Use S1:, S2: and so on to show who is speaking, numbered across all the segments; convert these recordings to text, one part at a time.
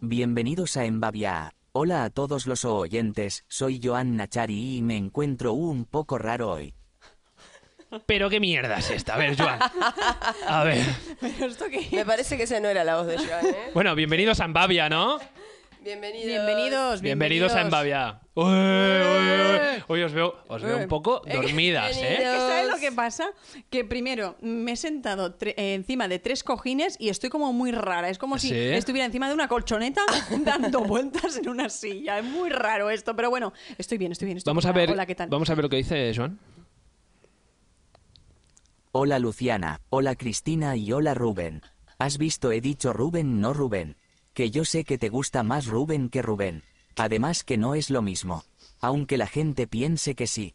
S1: Bienvenidos a Embavia. Hola a todos los oyentes, soy Joan Nachari y me encuentro un poco raro hoy.
S2: Pero qué mierda es esta. A ver, Joan. A ver.
S3: ¿Pero esto qué?
S4: Me parece que esa no era la voz de Joan, ¿eh?
S2: Bueno, bienvenidos a Ambavia, ¿no?
S4: Bienvenidos.
S3: Bienvenidos,
S2: Bienvenidos, a Embavia. Ué, ué, ué. Hoy os veo, os veo un poco dormidas, ¿eh?
S3: Es que ¿Sabes lo que pasa? Que primero me he sentado tre- eh, encima de tres cojines y estoy como muy rara. Es como si
S2: ¿Sí?
S3: estuviera encima de una colchoneta dando vueltas en una silla. Es muy raro esto, pero bueno, estoy bien, estoy bien. estoy
S2: Vamos a
S3: bien.
S2: ver,
S3: Hola, ¿qué tal?
S2: vamos a ver lo que dice Joan.
S1: Hola Luciana, hola Cristina y hola Rubén. ¿Has visto he dicho Rubén no Rubén? Que yo sé que te gusta más Rubén que Rubén. Además que no es lo mismo. Aunque la gente piense que sí.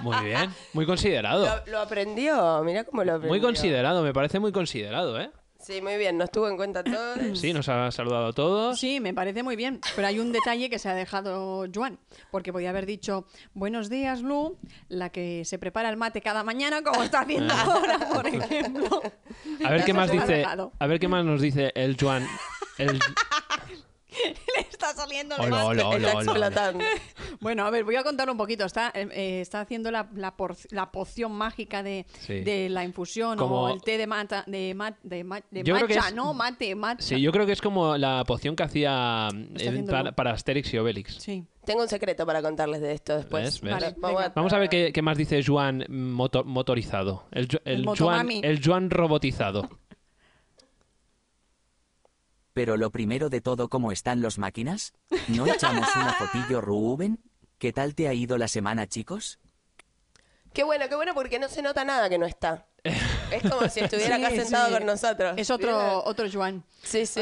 S2: Muy bien, muy considerado.
S4: Lo, lo aprendió, mira cómo lo aprendió.
S2: Muy considerado, me parece muy considerado, ¿eh?
S4: Sí, muy bien, nos tuvo en cuenta todo.
S2: Sí, nos ha saludado a todos.
S3: Sí, me parece muy bien, pero hay un detalle que se ha dejado Joan, porque podía haber dicho, buenos días, Lu, la que se prepara el mate cada mañana, como está haciendo ahora, por ejemplo.
S2: Ah. A ver qué
S3: Eso
S2: más
S3: se me ha
S2: dice,
S3: dejado.
S2: a ver qué más nos dice el Joan. El...
S3: Le está saliendo de
S2: Hola,
S3: más.
S2: hola, hola,
S4: Está
S2: hola, hola.
S4: explotando.
S3: Bueno, a ver, voy a contar un poquito. Está, eh, está haciendo la, la por- la poción mágica de,
S2: Sí.
S3: de la infusión
S2: Como-
S3: o el té de mata, de, ma- de, ma- de
S2: Yo creo que
S3: matcha,
S2: es-
S3: ¿no? Mate, matcha.
S2: Sí, yo creo que es como la poción que hacía mm,
S3: Está
S2: el-
S3: haciendo
S2: para,
S3: lo-
S2: para Asterix y Obelix.
S3: Sí.
S4: Tengo un secreto para contarles de esto
S2: ¿Ves?
S4: después.
S2: ¿Ves?
S3: Vale,
S4: Vamos, a,
S3: venga.
S2: Vamos a ver qué, qué más dice Juan moto- motorizado. El, Ju- el
S3: Ah. El
S2: Juan,
S3: motomami.
S2: el Juan robotizado.
S1: Pero lo primero de todo, ¿cómo están los máquinas? ¿No echamos una fotillo Rubén? ¿Qué tal te ha ido la semana, chicos?
S4: Qué bueno, qué bueno, porque no se nota nada que no está. Es como si estuviera acá
S3: Sí,
S4: sentado
S3: sí.
S4: con nosotros.
S3: Es otro, otro Joan.
S4: Sí, sí.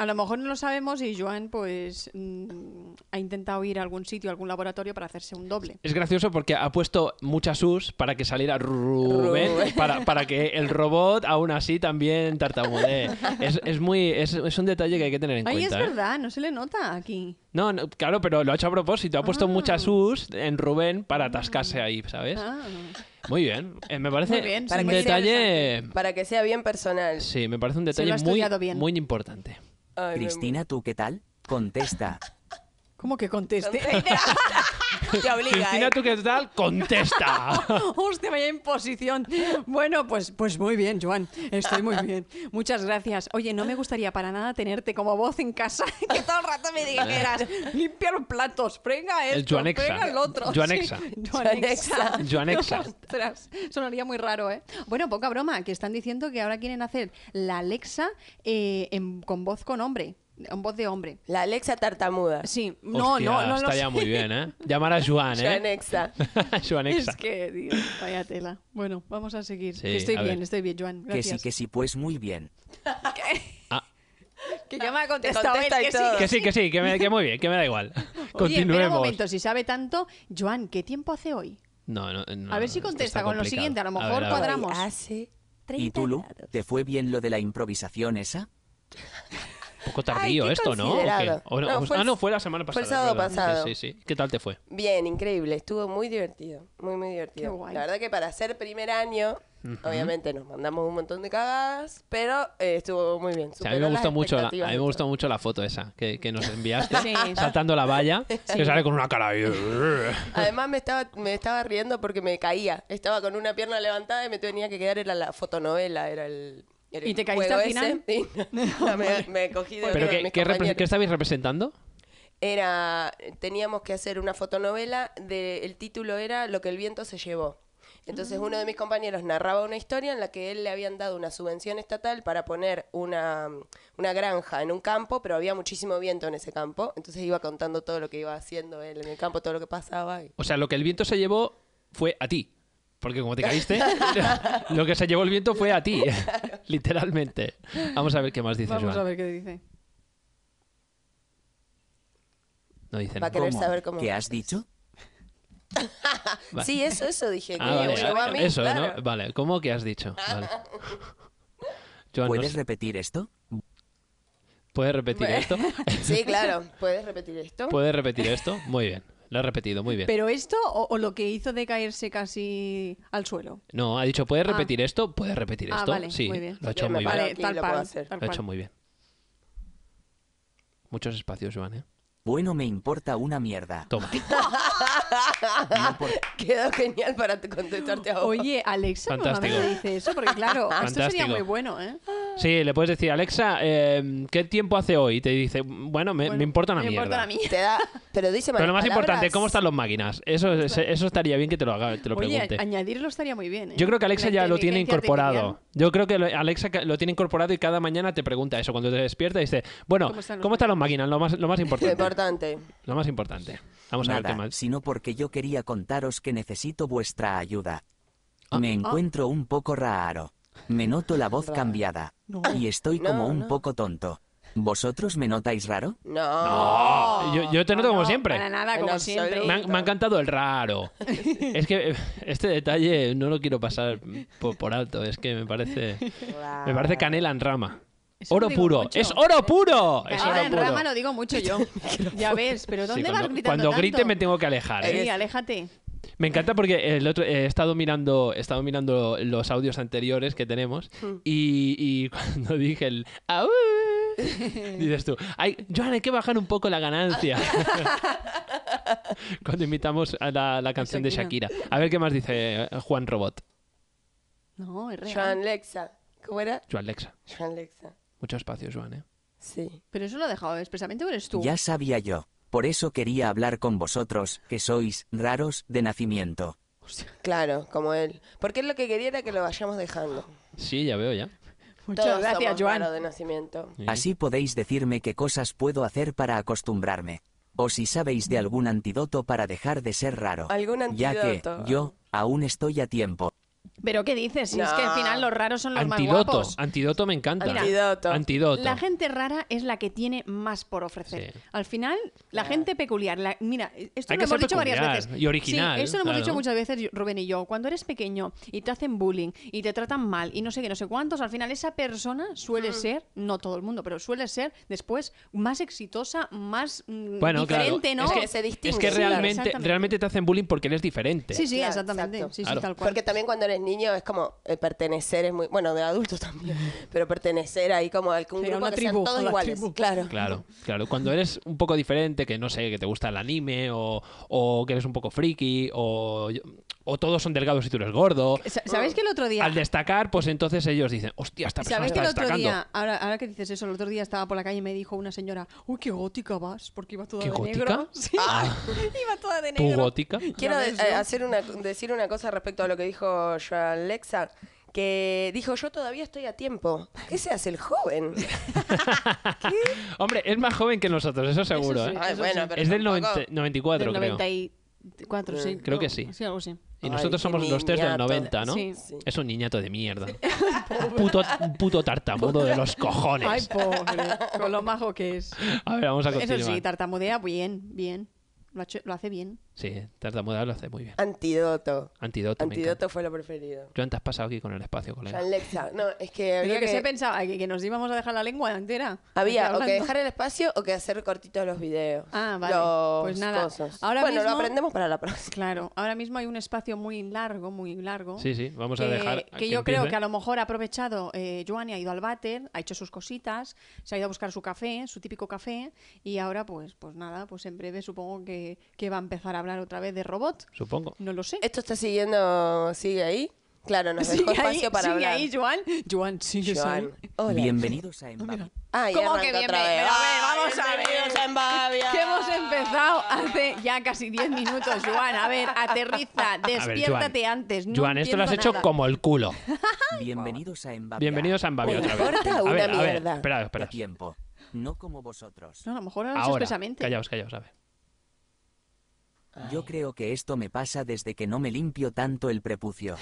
S3: A lo mejor no lo sabemos y Joan, pues, mm, ha intentado ir a algún sitio, a algún laboratorio para hacerse un doble.
S2: Es gracioso porque ha puesto muchas us para que saliera Rubén,
S4: Rubén.
S2: Para, para que el robot aún así también tartamudee. Es, es muy, es, es un detalle que hay que tener en
S3: Ay, es
S2: cuenta. ¿eh?
S3: verdad, no se le nota aquí.
S2: No, no, claro, pero lo ha hecho a propósito. Ha puesto muchas us en Rubén para atascarse ahí, ¿sabes?
S3: Ah.
S2: Muy bien. Eh, me parece
S3: Muy bien,
S2: un
S3: sí, muy
S2: detalle...
S4: Para que sea bien personal.
S2: Sí, me parece un
S3: Se
S2: detalle
S3: lo ha
S2: muy,
S3: estudiado bien.
S2: muy importante.
S4: Ay, me-
S1: Cristina, ¿tú qué tal? Contesta.
S3: ¿Cómo que conteste?
S4: Te obliga,
S2: Cristina,
S4: ¿eh?
S2: ¿tú qué tal? ¡Contesta!
S3: Hostia, vaya imposición. Bueno, pues, pues muy bien, Joan. Estoy muy bien. Muchas gracias. Oye, no me gustaría para nada tenerte como voz en casa que todo el rato me dijeras limpiar los platos, frega
S2: El
S3: esto,
S2: Joanexa.
S3: frega el otro.
S2: Joanexa.
S3: Sí, Joanexa.
S2: Joanexa.
S3: Ostras, sonaría muy raro, ¿eh? Bueno, poca broma, que están diciendo que ahora quieren hacer la Alexa eh, en- con voz con hombre, con voz de hombre.
S4: La Alexa tartamuda.
S3: Sí, no,
S2: Hostia,
S3: no, no, lo
S2: está ya
S3: sé.
S2: muy bien, ¿eh? Llamar a Joan,
S4: Yo
S2: ¿eh?
S4: anexa.
S2: Joanexa.
S3: Es que, tío, vaya tela. Bueno, vamos a seguir.
S2: Sí,
S3: Que estoy
S2: a
S3: bien,
S2: ver.
S3: estoy bien, Joan.
S1: Que sí,
S3: Gracias. Ah.
S1: que sí, pues muy bien.
S3: Que ya me ha contestado él,
S4: contesta y
S3: que sí.
S4: todo.
S2: Ah. Que sí, que sí, que, me, que muy bien, que me da igual.
S3: Oye, espera un
S2: Continuemos.
S3: momento, si sabe tanto, Joan, ¿qué tiempo hace hoy?
S2: No, no, no,
S3: A ver si
S2: esto
S3: contesta
S2: está
S3: con lo
S2: complicado.
S3: siguiente, a lo
S2: ver,
S3: mejor
S2: ver.
S3: cuadra- Cuadramos.
S4: Hoy Hace
S1: ¿Y
S4: 30
S1: tú, Lu?
S4: grados.
S1: ¿Te fue bien lo de la improvisación esa?
S2: Un poco tardío
S4: Ay, qué
S2: esto, ¿no? ¿O
S4: considerado.
S2: qué? ¿O no?
S4: No, fue el-
S2: ah, no, fue la semana pasada.
S4: fue el
S2: es
S4: sábado
S2: verdad.
S4: pasado.
S2: Sí, sí, sí. ¿Qué tal te fue?
S4: Bien, increíble. Estuvo muy divertido. Muy, muy divertido.
S3: Qué guay.
S4: La verdad que para ser primer año, obviamente nos mandamos un montón de cagadas, pero eh, estuvo muy bien.
S2: O sea, a mí me
S4: Superó las
S2: gustó mucho la, a mí
S4: expectativas
S2: me
S4: de
S2: gustó
S4: todo.
S2: mucho la foto esa que, que nos enviaste
S3: Sí.
S2: saltando la valla que sale con una cara ahí.
S4: Además me estaba, me estaba riendo porque me caía. Estaba con una pierna levantada y me tenía que quedar, era la fotonovela, era el... era el
S3: ¿Y te caíste
S4: juego
S3: al final?
S4: ese. Y no, me, me cogí de
S2: pero
S4: uno de
S2: qué,
S4: mis
S2: qué repre-
S4: compañeros.
S2: qué estabais representando
S4: era teníamos que hacer una fotonovela de el título era lo que el viento se llevó entonces uno de mis compañeros narraba una historia en la que él le habían dado una subvención estatal para poner una, una granja en un campo, pero había muchísimo viento en ese campo. Entonces iba contando todo lo que iba haciendo él en el campo, todo lo que pasaba. y-
S2: o sea lo que el viento se llevó fue a ti porque como te caíste lo que se llevó el viento fue a ti literalmente vamos a ver qué más dice
S3: Vamos
S2: Joan
S3: a ver qué dice.
S2: no dice
S4: Va a
S2: nada.
S4: querer saber cómo.
S1: ¿Qué has dicho?
S2: Vale.
S4: Sí, eso, eso dije. que
S2: Ah, vale,
S4: me llevó a mí,
S2: eso,
S4: claro.
S2: ¿no? Vale, ¿cómo que has dicho? Vale. Joan, ¿nos
S1: ¿Puedes repetir esto?
S2: ¿puedes repetir esto?
S4: Sí, claro. ¿Puedes repetir esto?
S2: ¿Puedes repetir esto? Muy bien, lo ha repetido, muy bien.
S3: ¿Pero esto o, o lo que hizo de caerse casi al suelo?
S2: No, ha dicho, ¿puedes repetir esto? ¿Puedes repetir
S3: Ah,
S2: esto?
S3: vale,
S2: sí,
S3: muy bien.
S2: lo ha
S4: Si
S2: hecho
S4: quieres me
S2: muy bien.
S4: paro
S3: Vale,
S4: aquí y
S3: tal
S4: lo
S3: cual,
S4: puedo hacer.
S3: tal
S2: Lo ha hecho
S3: cual.
S2: muy bien. Muchos espacios, Joan, ¿eh?
S1: Bueno, me importa una mierda.
S2: Toma.
S1: No por-
S4: Quedó genial para te- contestarte a vos.
S3: Oye, Alexa, no
S2: Fantástico.
S3: me dice eso, porque claro, esto sería
S2: Fantástico.
S3: muy bueno, ¿eh?
S2: Sí, le puedes decir, Alexa, eh, ¿qué tiempo hace hoy? Y te dice, bueno, me, me importa una
S3: me
S2: mierda.
S3: importa la mierda.
S4: Te da, pero dice
S2: Pero lo más
S4: malas
S2: importante,
S4: palabras.
S2: ¿cómo están las máquinas? Eso, es- eso estaría bien que te lo haga, te lo
S3: Oye,
S2: pregunte.
S3: añadirlo estaría muy bien. ¿eh?
S2: Yo creo que Alexa
S3: La
S2: ya lo tiene
S3: inteligencia
S2: incorporado.
S3: artificial.
S2: Yo creo que lo- Alexa ca- lo tiene incorporado y cada mañana te pregunta eso. Cuando te despierta dice, bueno,
S3: ¿Cómo están los
S2: ¿cómo están las máquinas? Lo más, lo más
S4: Lo
S2: importante.
S4: importante.
S2: Lo más importante. Vamos a ver
S1: Nada,
S2: qué más.
S1: sino porque yo quería contaros que necesito vuestra ayuda.
S2: Ah.
S1: me encuentro un poco raro. Me noto la voz cambiada. Y estoy como
S4: No,
S1: un
S4: no.
S1: poco tonto. ¿Vosotros me notáis raro?
S4: No.
S2: yo, yo te noto
S3: No,
S2: como
S3: no,
S2: siempre.
S3: Para nada,
S4: En
S3: como siempre.
S2: Me, han, me ha encantado el raro. es que eh, este detalle no lo quiero pasar por, por alto. Es que me parece. Me parece canela en rama.
S3: Ah. Eso
S2: Oro
S3: lo digo
S2: puro.
S3: mucho.
S2: ¡Es oro puro! Es
S3: Ahora
S2: oro
S3: en
S2: puro.
S3: rama lo digo mucho yo. ya ves, pero
S2: Sí,
S3: ¿dónde vas
S2: cuando,
S3: gritando
S2: cuando grite
S3: tanto?
S2: me tengo que alejar. ¿eh?
S3: Sí, aléjate.
S2: Me encanta porque el otro he estado mirando, he estado mirando los audios anteriores que tenemos
S3: Mm.
S2: y, y cuando dije el "Au", dices tú, ay, Joan, hay que bajar un poco la ganancia. cuando invitamos a la,
S3: Pues
S2: la canción de Shakira.
S3: Shakira.
S2: A ver qué más dice eh, Juan Robot,
S3: No, es real.
S4: Joan Lexa. ¿Cómo era?
S2: Joan Lexa.
S4: Joan Lexa.
S2: Mucho espacio, Joan, ¿eh?
S4: Sí.
S3: Pero eso lo ha dejado expresamente o eres tú.
S1: Ya sabía yo. Por eso quería hablar con vosotros, que sois raros de nacimiento.
S4: Claro, como él. Porque él lo que quería era que lo vayamos dejando.
S2: Sí, ya veo, ya.
S3: Muchas
S4: Todos
S3: gracias,
S4: somos
S3: Joan.
S4: raros de nacimiento.
S2: Sí.
S1: Así podéis decirme qué cosas puedo hacer para acostumbrarme. O si sabéis de algún antídoto para dejar de ser raro.
S4: Algún
S1: Ya que
S4: antídoto.
S1: yo aún estoy a tiempo.
S3: Pero ¿qué dices? Si es que al
S4: No.
S3: final los raros son los más
S2: Antidoto,
S3: guapos.
S2: antidoto me encanta.
S4: Mira, Antidoto.
S2: Antidoto.
S3: La gente rara es la que tiene más por ofrecer.
S2: Sí.
S3: Al final,
S4: Ah.
S3: la gente peculiar. la- mira, esto
S2: Hay
S3: lo
S2: que
S3: hemos
S2: ser
S3: dicho varias
S2: peculiar
S3: veces.
S2: y original,
S3: Sí, eso lo hemos
S2: claro.
S3: dicho muchas veces, Rubén y yo. Cuando eres pequeño y te hacen bullying y te tratan mal y no sé qué, no sé cuántos, al final esa persona
S4: Mm.
S3: suele ser, no todo el mundo, pero suele ser después más exitosa, más mm,
S2: Bueno,
S3: diferente,
S2: claro.
S3: ¿no?
S2: Es que,
S4: Se distingue.
S2: es que
S4: Sí,
S2: realmente,
S3: exactamente.
S2: realmente te hacen bullying porque eres diferente.
S3: Sí, sí,
S4: Claro,
S3: exactamente.
S4: exacto.
S3: Sí, sí,
S2: Claro.
S3: tal cual.
S4: Porque también cuando eres niño es como eh, pertenecer es muy bueno de adultos también, pero pertenecer ahí como a algún
S3: Sí, a
S4: grupo
S3: una
S4: que
S3: tribu,
S4: sean
S3: a
S4: todos
S3: la
S4: iguales.
S3: tribu.
S4: Claro.
S2: Claro, claro. Cuando eres un poco diferente, que no sé, que te gusta el anime o, o que eres un poco friki o, o todos son delgados y tú eres gordo.
S3: Sa-
S4: Mm.
S3: ¿Sabéis que el otro día
S2: Al destacar, pues entonces ellos dicen, hostia, esta persona
S3: ¿Sabéis que
S2: está
S3: el otro
S2: destacando.
S3: día, ahora, ahora que dices eso, el otro día estaba por la calle y me dijo una señora, uy, qué gótica vas, porque iba toda
S2: ¿Qué
S3: de
S2: gótica?
S3: negro. Sí,
S2: Ah.
S3: iba toda de
S2: ¿Tú
S3: negro.
S2: gótica?
S4: Quiero
S3: Ya ves,
S4: de- eh,
S3: ¿no?
S4: hacer una, decir una cosa respecto a lo que dijo Joan Lexa, que dijo yo todavía estoy a tiempo. ¿Qué se hace el joven?
S2: Hombre, es más joven que nosotros, eso seguro.
S3: sí.
S2: ¿eh?
S4: Ay,
S3: Eso
S4: bueno,
S3: sí.
S4: pero
S2: Es del
S4: tampoco-
S2: 90 94,
S3: Del
S2: creo. Eh,
S3: 94, sí.
S2: Creo
S3: no,
S2: que sí.
S3: Sí, algo así.
S2: Y nosotros
S4: Ay,
S2: somos
S4: qué
S2: los tres del
S4: niñato.
S2: 90, ¿no?
S3: Sí.
S4: Sí.
S2: Es un niñato de mierda. Un puto, un puto tartamudo de los cojones.
S3: Ay, pobre, con lo majo que es.
S2: A ver, vamos a
S3: Eso
S2: continuar.
S3: sí, tartamudea bien, bien. Lo, ha hecho- lo hace bien.
S2: Sí, tartamudar lo hace muy bien.
S4: Antídoto.
S2: Antídoto, me encanta.
S4: Antídoto fue lo preferido.
S2: Joan, te has pasado aquí con el espacio, colega.
S4: Joan Lexa, no, es que
S3: Pero
S4: había
S3: que,
S4: que,
S3: se pensaba que, que nos íbamos a dejar la lengua entera.
S4: había
S3: aquí
S4: o que
S3: hablando.
S4: dejar el espacio o que hacer cortitos los videos.
S3: Ah, vale.
S4: Los
S3: Pues nada,
S4: cosos.
S3: ahora
S4: bueno, lo
S3: mismo-
S4: aprendemos para la próxima.
S3: Claro, ahora mismo hay un espacio muy largo, muy largo.
S2: Sí, sí, vamos
S3: que,
S2: a dejar. a
S3: Eh, que yo
S2: empiece.
S3: creo que a lo mejor ha aprovechado, eh, Joan y ha ido al váter, ha hecho sus cositas, se ha ido a buscar su café, su típico café, y ahora pues, pues nada, pues en breve supongo que, que va a empezar a hablar otra vez de robot.
S2: Supongo.
S3: No lo sé.
S4: Esto está siguiendo, sigue ahí. Claro, nos dejó
S3: Sigue
S4: espacio
S3: ahí,
S4: para
S3: sigue
S4: hablar.
S3: ahí, Joan. Joan, sigue
S4: Joan.
S3: ahí.
S4: Hola.
S1: Bienvenidos a Embabi.
S4: Ay,
S3: ¿Cómo
S4: arranca
S3: que bien-
S4: otra
S3: pero
S4: vez.
S3: a ver,
S4: Ay,
S3: vamos a ver.
S4: bienvenidos a Embabia.
S3: Que hemos em- empezado hace ya casi 10 minutos, Joan. A ver, aterriza,
S2: A ver,
S3: despiértate
S2: Joan.
S3: antes. No
S2: Joan, esto lo has
S3: entiendo
S2: hecho
S3: nada.
S2: como el culo.
S1: Bienvenidos a Embabi.
S2: Bienvenidos a Mbavi
S4: Una
S2: otra vez.
S4: torta
S2: a
S4: o
S2: ver,
S4: una
S2: a ver,
S4: mierda.
S2: espera,
S1: a
S2: espera.
S1: tiempo. No como vosotros.
S3: No, a lo mejor lo has hecho
S2: Ahora,
S3: expresamente.
S2: callaos, callaos, a ver.
S1: Yo creo que esto me pasa desde que no me limpio tanto el prepucio.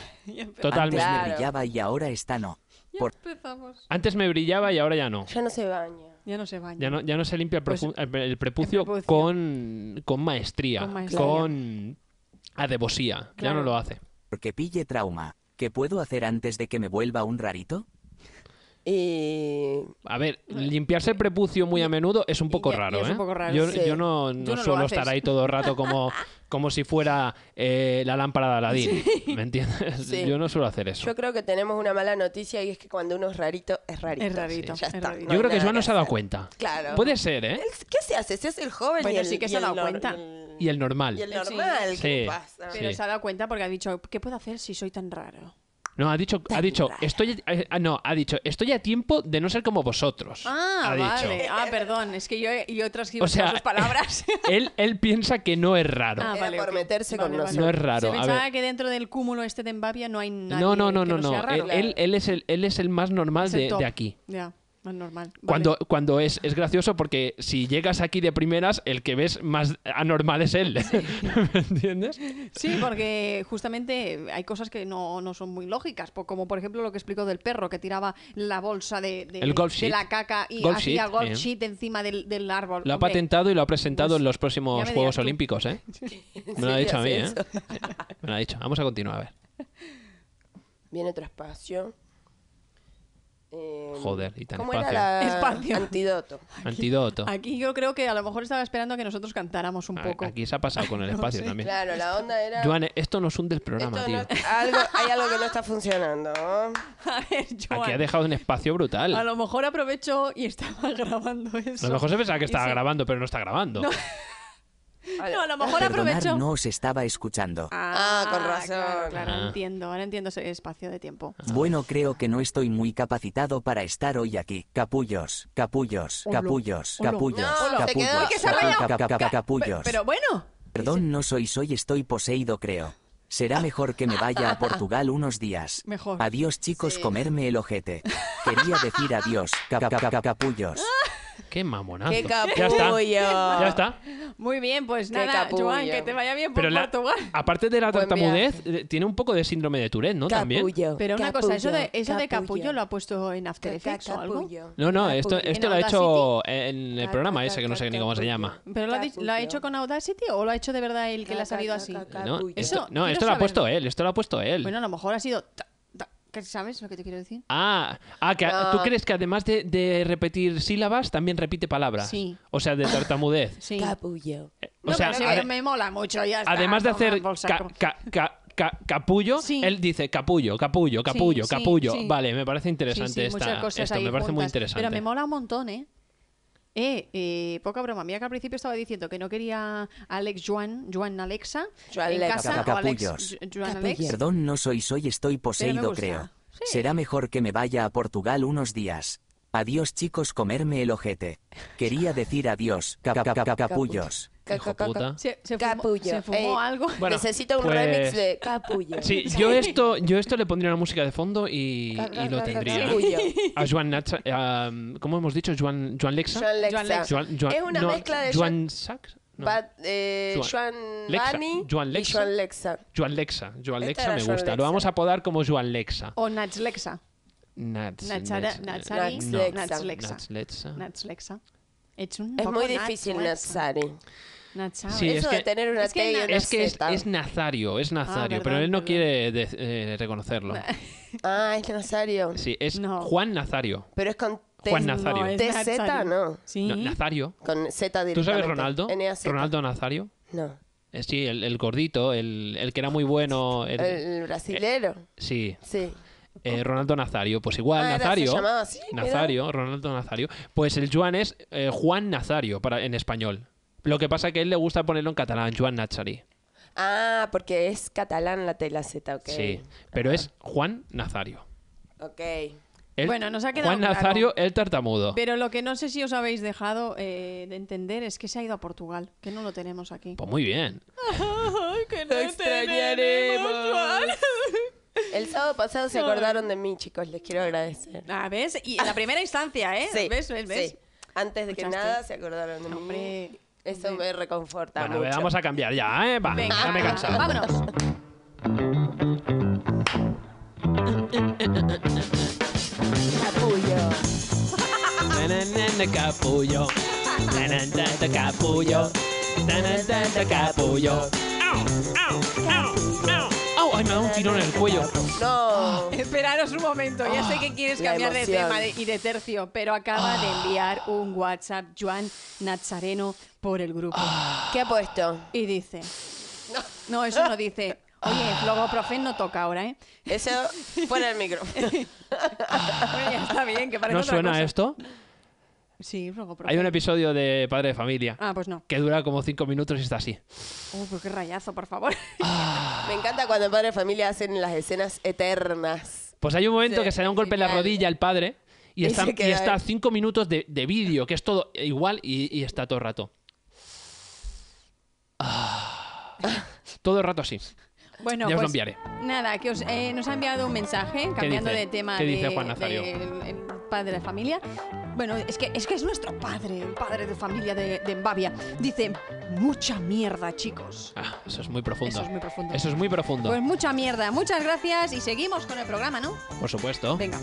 S2: Totalmente.
S1: Antes
S4: Claro.
S1: me brillaba y ahora está no.
S3: Ya
S1: Por
S3: empezamos.
S2: Antes me brillaba y ahora ya no.
S4: Ya no se baña.
S3: Ya no se baña.
S2: Ya no, ya no se limpia el,
S3: Pues-
S2: prepu- el- el prepucio,
S3: el prepucio.
S2: Con, con maestría,
S3: Con
S2: con,
S3: maestría.
S2: adevosía. Ya
S3: Claro.
S2: no lo hace.
S1: porque pille trauma. ¿Qué puedo hacer antes de que me vuelva un rarito?
S4: Y
S2: A ver, limpiarse el prepucio muy a menudo es un poco
S3: Ya- ya
S2: raro,
S3: es
S2: ¿eh?
S3: un poco raro,
S2: yo,
S4: sí.
S2: yo no,
S3: Tú
S2: no
S3: no lo
S2: suelo
S3: haces.
S2: estar ahí todo el rato como, como si fuera eh, la lámpara de Aladín. ¿Me entiendes?
S4: Sí.
S2: Yo no suelo hacer eso.
S4: yo creo que tenemos una mala noticia y es que cuando uno es rarito, es rarito.
S3: Es rarito,
S4: Ya
S3: es
S4: está,
S3: rarito.
S2: Yo
S4: no hay
S2: creo que
S4: nada
S2: Joan no se ha dado
S4: hacer.
S2: cuenta.
S4: Claro.
S2: Puede ser, ¿eh?
S4: ¿Qué se hace? Se hace el joven
S3: Bueno,
S4: y el,
S3: sí que
S4: y
S3: se ha
S4: el
S3: dado
S4: nor-
S3: cuenta.
S2: Y el normal.
S4: y el
S3: Sí.
S4: normal, ¿qué
S2: Sí.
S4: pasa?
S2: Sí.
S3: Pero se ha dado cuenta porque ha dicho, ¿qué puedo hacer si soy tan raro?
S2: No, ha dicho, ha
S4: Tan
S2: dicho,
S4: rara.
S2: estoy, eh, ah, no, ha dicho, estoy a tiempo de no ser como vosotros.
S3: Ah,
S2: ha dicho.
S3: vale. Ah, perdón, es que yo he, yo he transcrito
S2: O sea,
S3: sus palabras.
S2: Él, él piensa que no es raro.
S3: Ah,
S4: Era por
S3: ok.
S4: meterse con nosotros.
S2: No es raro,
S3: Se
S2: a
S3: pensaba
S2: ver.
S3: que dentro del cúmulo este de Embabia no hay nadie
S2: no, no, no,
S3: que
S2: no,
S3: sea
S2: no. Eh,
S3: raro.
S2: Él, él- él es el, él es el más normal
S3: Es el
S2: de,
S3: top.
S2: de aquí.
S3: Ya, no es normal. Vale.
S2: Cuando, cuando es, es gracioso porque si llegas aquí de primeras, el que ves más anormal es él. ¿Me entiendes?
S3: Sí, porque justamente hay cosas que no, no son muy lógicas, po- como por ejemplo lo que explicó del perro que tiraba la bolsa de, de-
S2: El golf
S3: de
S2: sheet.
S3: la caca y
S2: Golf
S3: hacía
S2: sheet,
S3: golf
S2: eh.
S3: sheet encima del, del árbol.
S2: Lo ha
S3: Hombre,
S2: patentado y lo ha presentado
S3: pues,
S2: en los
S3: ya
S2: próximos
S3: me dirás
S2: Juegos
S3: tú.
S2: Olímpicos, ¿eh? Me lo ha
S4: serio
S2: dicho a mí, ¿eh?
S4: hace
S2: Me lo ha dicho. Vamos a continuar, a ver.
S4: Viene otro espacio. Eh,
S2: Joder, y tan
S4: ¿Cómo
S2: espacio.
S4: era la
S3: Espacio.
S4: antídoto?
S2: Antídoto.
S3: Aquí yo creo que a lo mejor estaba esperando a que nosotros cantáramos un
S2: A-
S3: poco.
S2: Aquí se ha pasado con el espacio
S3: sé,
S2: también.
S4: Claro, la onda era...
S2: Joan, esto nos hunde el programa,
S4: esto
S2: tío.
S4: no- algo, hay algo que no está funcionando. ¿no?
S3: A ver, Joan,
S2: Aquí ha dejado un espacio brutal.
S3: a
S2: A lo,
S3: lo mejor aprovecho y estaba grabando eso.
S2: mejor se pensaba que
S3: Y
S2: estaba
S3: se-
S2: grabando, pero no está grabando.
S3: No, a lo mejor
S1: Perdonar,
S3: aprovecho.
S1: no os estaba escuchando.
S4: Ah, con razón.
S3: Claro, claro,
S2: Ah.
S3: entiendo. Ahora entiendo ese espacio de tiempo.
S1: Bueno, creo que no estoy muy capacitado para estar hoy aquí. Capullos, capullos,
S3: Hola.
S1: capullos,
S3: Hola.
S1: capullos,
S4: No, se quedó
S1: capullos,
S4: que se ha
S1: capu-
S4: rayado.
S1: cap- cap- cap-
S3: Pe-
S1: capullos.
S3: Pero bueno,
S1: Perdón, no soy soy, estoy poseído, creo. Será mejor que me vaya a Portugal unos días.
S3: Mejor.
S1: Adiós, chicos,
S4: Sí.
S1: comerme el ojete. Quería decir adiós, cap- cap- cap- capullos.
S3: Ah.
S2: Qué mamonazo.
S4: ¡Qué
S2: Ya
S4: capullo!
S2: está. Ya está.
S3: muy bien, pues
S4: Qué
S3: nada,
S4: capullo.
S3: Joan, que te vaya bien por
S2: Pero la-
S3: Portugal.
S2: aparte de la
S4: Buen
S2: tartamudez, eh, tiene un poco de síndrome de Tourette, ¿no? También.
S4: Capullo,
S3: Pero una cosa, eso de,
S4: capullo,
S3: eso de capullo lo ha puesto en After
S4: Ca-
S3: Effects o algo.
S4: capullo.
S2: No, no, esto,
S4: Capullo.
S2: esto
S3: ¿En
S2: lo ha
S3: Audacity?
S2: hecho en el programa
S4: Ca-
S2: ese que no sé ni cómo se
S4: capullo.
S2: llama.
S3: ¿Pero lo ha, di- lo ha
S4: Capullo.
S3: hecho con Audacity o lo ha hecho de verdad el que le ha salido así?
S2: No,
S4: Capullo.
S2: esto,
S3: Eso,
S2: no,
S3: quiero
S2: esto lo ha
S3: saber.
S2: puesto él, esto lo ha puesto él.
S3: Bueno, a lo mejor ha sido... ta- ta- ¿Qué- ¿Sabes lo que te quiero decir?
S2: Ah, ah, que
S4: No.
S2: tú crees que además de, de repetir sílabas, también repite palabras.
S3: Sí.
S2: O sea, de tartamudez.
S3: Sí.
S4: Capullo.
S2: Eh, O
S3: No,
S2: sea,
S3: pero
S2: ade-
S3: que me mola mucho, ya está.
S2: además de
S3: toma,
S2: hacer
S3: bolsa,
S2: ca-
S3: como-
S2: ca- ca- ca- capullo,
S3: Sí.
S2: él dice capullo, capullo, capullo,
S3: sí,
S2: capullo.
S3: sí.
S2: Vale, me parece interesante
S3: Sí, sí,
S2: esta-
S3: muchas cosas
S2: esto,
S3: ahí
S2: me parece muy
S3: juntas.
S2: interesante.
S3: Pero me mola un montón, ¿eh? Eh, eh, poca broma. Mira que al principio estaba diciendo que no quería Alex Juan, Juan Alexa.
S4: Joan
S3: en
S4: Lex.
S3: casa, o Alex
S1: Capullos.
S3: Ju- Juan Alex.
S1: Perdón, no soy soy, estoy poseído,
S3: gusta.
S1: creo.
S3: Sí.
S1: Será mejor que me vaya a Portugal unos días. Adiós, chicos, comerme el ojete. Quería decir adiós, cap- cap- cap- capullos.
S4: Ca-
S2: Hijo
S4: ca- ca-
S2: puta.
S3: Se, se fumó,
S4: Capullo.
S3: se fumó
S4: Ey.
S3: algo.
S2: Bueno,
S4: Necesito un
S2: pues-
S4: remix de capullo.
S2: Sí, yo esto, yo esto le pondría una música de fondo y,
S4: Ca- ca-
S2: y lo
S4: ca- ca-
S2: tendría. ¿eh?
S4: capullo.
S2: A Joan Natsa- a- ¿cómo hemos dicho? Joan, Joan Lexa.
S4: Joan Lexa.
S3: Joan Lexa.
S2: Joan- Joan-
S4: Es una
S2: no,
S4: mezcla de Joan,
S2: Joan Sax. no.
S4: Bat- eh,
S2: Joan-
S4: Joan
S2: Lexa.
S4: Bani
S2: Joan
S4: y
S2: Lexa.
S4: Joan Lexa.
S2: Joan Lexa. Joan
S4: Esta
S2: Lexa
S4: era
S2: me
S4: Joan
S2: gusta. Lo
S4: Lexa.
S2: vamos a apodar como Joan Lexa.
S3: O Nachlexa.
S2: Nats,
S3: Nachara,
S2: Nets-
S3: Nachari.
S4: Nats-
S2: no.
S4: Nats-
S3: Nachlexa.
S2: Nats Lexa.
S3: Nachlexa. Es, un
S4: Es
S3: poco
S4: muy difícil,
S3: Nachlexa.
S4: Natsari.
S3: Nacha-
S2: Sí,
S4: Eso
S2: es
S4: de
S2: que-
S4: tener una
S3: es que
S4: T y
S3: na-
S4: una
S2: Es que es,
S4: Z.
S2: es Nazario, es Nazario,
S3: Ah,
S2: pero
S3: verdad,
S2: él no
S3: verdad.
S2: quiere de- eh, reconocerlo.
S4: Ah, es Nazario.
S2: Sí, es
S3: No.
S2: Juan Nazario.
S4: Pero es con T.
S2: Juan
S3: No,
S2: Nazario.
S3: es
S4: TZ,
S3: Natsari.
S4: ¿no?
S3: Sí.
S2: No, Nazario.
S4: Con Z directamente. E
S2: ¿Tú sabes Ronaldo?
S4: NAZ.
S2: Ronaldo Nazario.
S4: No.
S2: Eh, Sí, el, el gordito, el, el que era muy bueno. el-
S4: El, brasilero.
S2: Sí,
S4: Sí.
S2: eh, Ronaldo Nazario. Pues igual,
S4: Ah, era- se
S2: Nazario.
S4: llamaba así, mira.
S2: Nazario, Ronaldo Nazario. Pues el Juan es eh, Juan Nazario para, en español. Lo que pasa que a él le gusta ponerlo en catalán, Juan Nazari.
S4: Ah, porque es catalán la T y la Z, ok.
S2: Sí, pero es Juan Nazario.
S4: Ok.
S2: Él-
S3: Bueno, nos ha quedado
S2: Juan
S3: claro.
S2: Nazario, el tartamudo.
S3: Pero lo que no sé si os habéis dejado eh, de entender es que se ha ido a Portugal, que no lo tenemos aquí.
S2: Pues muy bien.
S3: que
S4: Lo extrañaremos, El sábado pasado se acordaron de mí, chicos. Les quiero agradecer.
S3: Ah, ¿ves? Y en la primera instancia, ¿eh?
S4: Sí,
S3: ¿Ves? ¿Ves? ¿Ves?
S4: sí. Antes de que
S3: ¿Escuchaste?
S4: nada se acordaron de mí.
S3: Hombre,
S4: Eso me reconforta
S2: Bueno,
S4: mucho.
S2: vamos a cambiar ya, ¿eh? Va,
S3: Venga,
S2: ya me he cansado.
S3: vámonos.
S4: Capullo.
S2: Nananana, Capullo. Nananana, Capullo. Nananana, Capullo. Au, au, au, au. Au, ¡Ay, me da un tirón en el cuello!
S4: No.
S3: Esperaros un momento, ya sé que quieres
S4: la
S3: cambiar de
S4: emoción.
S3: tema de- y de tercio, pero acaba de enviar un WhatsApp Joan Nazareno por el grupo.
S4: Ah. ¿Qué ha puesto?
S3: Y dice... No, eso no dice. Oye, Flogoprofen no toca ahora, ¿eh?
S4: Eso fuera el micro.
S3: Bueno, ya está bien, que parece
S2: ¿No
S3: otra
S2: suena
S3: cosa.
S2: esto?
S3: Sí, Flogoprofen.
S2: Hay un episodio de Padre de Familia
S3: Ah, pues no.
S2: que dura como cinco minutos y está así.
S3: Oh, pero qué rayazo, por favor.
S4: Me encanta cuando en Padre de Familia hacen las escenas eternas.
S2: Pues hay un momento
S4: Sí,
S2: que se da un golpe en la
S4: genial.
S2: rodilla al padre y,
S4: Y
S2: está,
S4: se queda
S2: y está
S4: ahí.
S2: cinco minutos de, de vídeo, que es todo igual y, y está todo el rato. Ah. Todo el rato así.
S3: Bueno,
S2: Ya os lo
S3: pues
S2: enviaré.
S3: nada, que os, eh, nos ha enviado un mensaje cambiando
S2: dice?
S3: de tema
S2: ¿Qué dice
S3: de-
S2: Juan Nazario?
S3: del- el padre de familia. Bueno, es que, es que es nuestro padre, el padre de familia de, de Mbabia. Dice, mucha mierda, chicos.
S2: Ah, eso es muy profundo.
S3: Eso es muy profundo.
S2: Eso es muy profundo,
S3: Pues mucha mierda. Muchas gracias y seguimos con el programa, ¿no?
S2: por supuesto.
S3: Venga.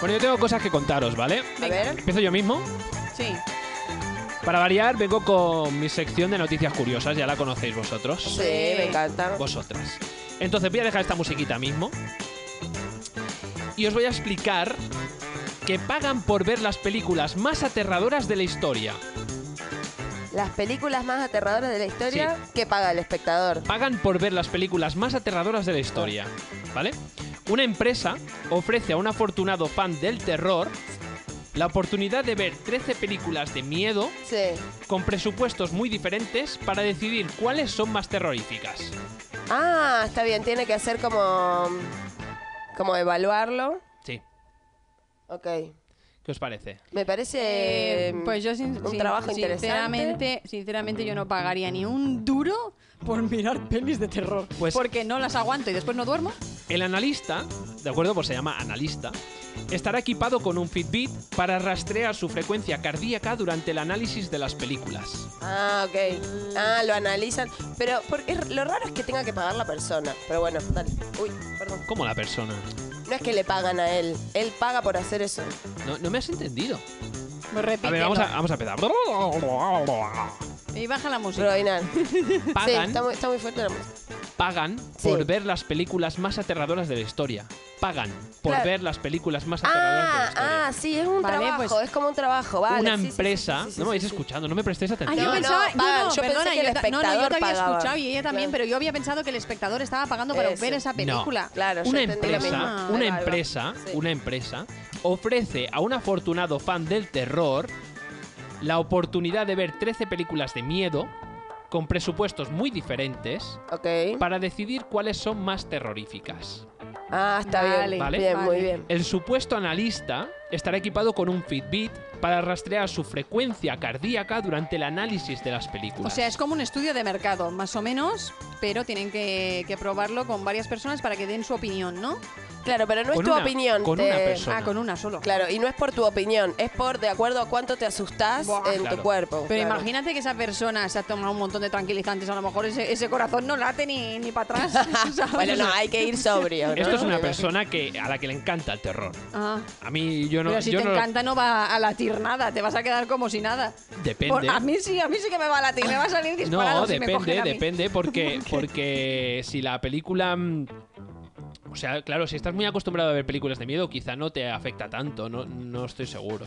S2: Bueno, yo tengo cosas que contaros, ¿vale?
S4: A ver.
S2: Empiezo yo mismo.
S3: Sí.
S2: Para variar, vengo con mi sección de noticias curiosas, ya la conocéis vosotros.
S4: Sí, me encanta.
S2: Vosotras. Entonces voy a dejar esta musiquita mismo. Y os voy a explicar que pagan por ver las películas más aterradoras de la historia.
S4: Las películas más aterradoras de la historia que paga el espectador.
S2: pagan por ver las películas más aterradoras de la historia, ¿vale? Una empresa ofrece a un afortunado fan del terror la oportunidad de ver 13 películas de miedo
S4: Sí.
S2: con presupuestos muy diferentes para decidir cuáles son más terroríficas.
S4: Ah, está bien, tiene que hacer como. como evaluarlo.
S2: Sí,
S4: Ok.
S2: ¿qué os parece?
S4: Me parece. mm,
S3: Eh, pues yo sin-
S4: un
S3: sin-
S4: trabajo interesante.
S3: sinceramente, sinceramente yo no pagaría ni un duro por mirar pelis de terror.
S2: Pues-
S3: porque no las aguanto y después no duermo.
S2: El analista, ¿de acuerdo? Pues se llama analista, estará equipado con un Fitbit para rastrear su frecuencia cardíaca durante el análisis de las películas.
S4: Ah, ok. Ah, lo analizan. Pero porque lo raro es que tenga que pagar la persona. Pero bueno, dale. Uy, perdón.
S2: ¿Cómo la persona?
S4: No es que le pagan a él. Él paga por hacer eso.
S2: No, no me has entendido.
S3: Pues
S2: A ver, vamos a, vamos a empezar.
S3: Y baja la música.
S4: Roinan. Sí,
S2: Pagan,
S4: está muy, está muy fuerte la música.
S2: pagan
S4: Sí.
S2: por ver las películas más aterradoras de la historia. Pagan por
S4: Claro.
S2: ver las películas más aterradoras de la
S4: Ah,
S2: historia.
S4: ah, sí, es un
S3: Vale,
S4: trabajo,
S3: pues-
S4: es como un trabajo, vale.
S2: Una
S4: sí, sí, sí,
S2: empresa.
S4: sí, sí,
S2: no me
S4: sí,
S2: vais
S4: sí.
S2: escuchando, no me prestéis
S3: Ah,
S2: atención.
S3: yo
S4: No,
S3: pensaba,
S4: no, pagan. Yo pensé
S3: perdona,
S4: que el
S3: ta- no, no, yo te
S4: espectador
S3: había
S4: pagaba.
S3: escuchado y ella también,
S4: Claro.
S3: pero yo había pensado que el espectador estaba pagando para
S4: Ese.
S3: ver esa película.
S4: Claro, yo
S2: una
S4: entendí lo mismo.
S2: empresa, una
S3: Ah,
S4: Ahí va, ahí va.
S2: empresa,
S4: Sí.
S2: una empresa ofrece a un afortunado fan del terror la oportunidad de ver 13 películas de miedo con presupuestos muy diferentes
S4: Ok.
S2: para decidir cuáles son más terroríficas.
S4: Ah, está
S3: Vale,
S4: bien. Bien,
S3: vale.
S4: muy bien.
S2: El supuesto analista estará equipado con un Fitbit para rastrear su frecuencia cardíaca durante el análisis de las
S3: O
S2: películas.
S3: sea, es como un estudio de mercado, más o menos, pero tienen que, que probarlo con varias personas para que den su opinión, ¿no?
S4: Claro, pero no es
S2: Con
S4: tu
S2: una-
S4: opinión.
S2: con
S4: te-
S2: una persona.
S3: Ah, con una solo.
S4: Claro, y no es por tu opinión, es por de acuerdo a cuánto te asustás
S3: Buah.
S4: en
S2: Claro.
S4: tu cuerpo.
S3: Pero
S4: claro.
S3: imagínate que esa persona se ha tomado un montón de tranquilizantes, a lo mejor ese, ese corazón no late ni, ni para atrás. ¿sabes?
S4: Bueno, no, hay que ir sobrio. ¿no?
S2: Esto es
S4: Me
S2: una
S4: imagino.
S2: persona que, a la que le encanta el terror.
S3: Ah,
S2: A mí yo no...
S3: pero si
S2: yo
S3: te
S2: no lo-
S3: encanta no va a latir nada, te vas a quedar como si nada.
S2: Depende.
S3: Por- a mí sí, a mí sí que me va a latir, me va a salir disparado
S2: No,
S3: si me
S2: depende,
S3: cogen a mí.
S2: depende, porque, porque si la película... mm, O sea, claro, si estás muy acostumbrado a ver películas de miedo, quizá no te afecta tanto, no, no estoy seguro.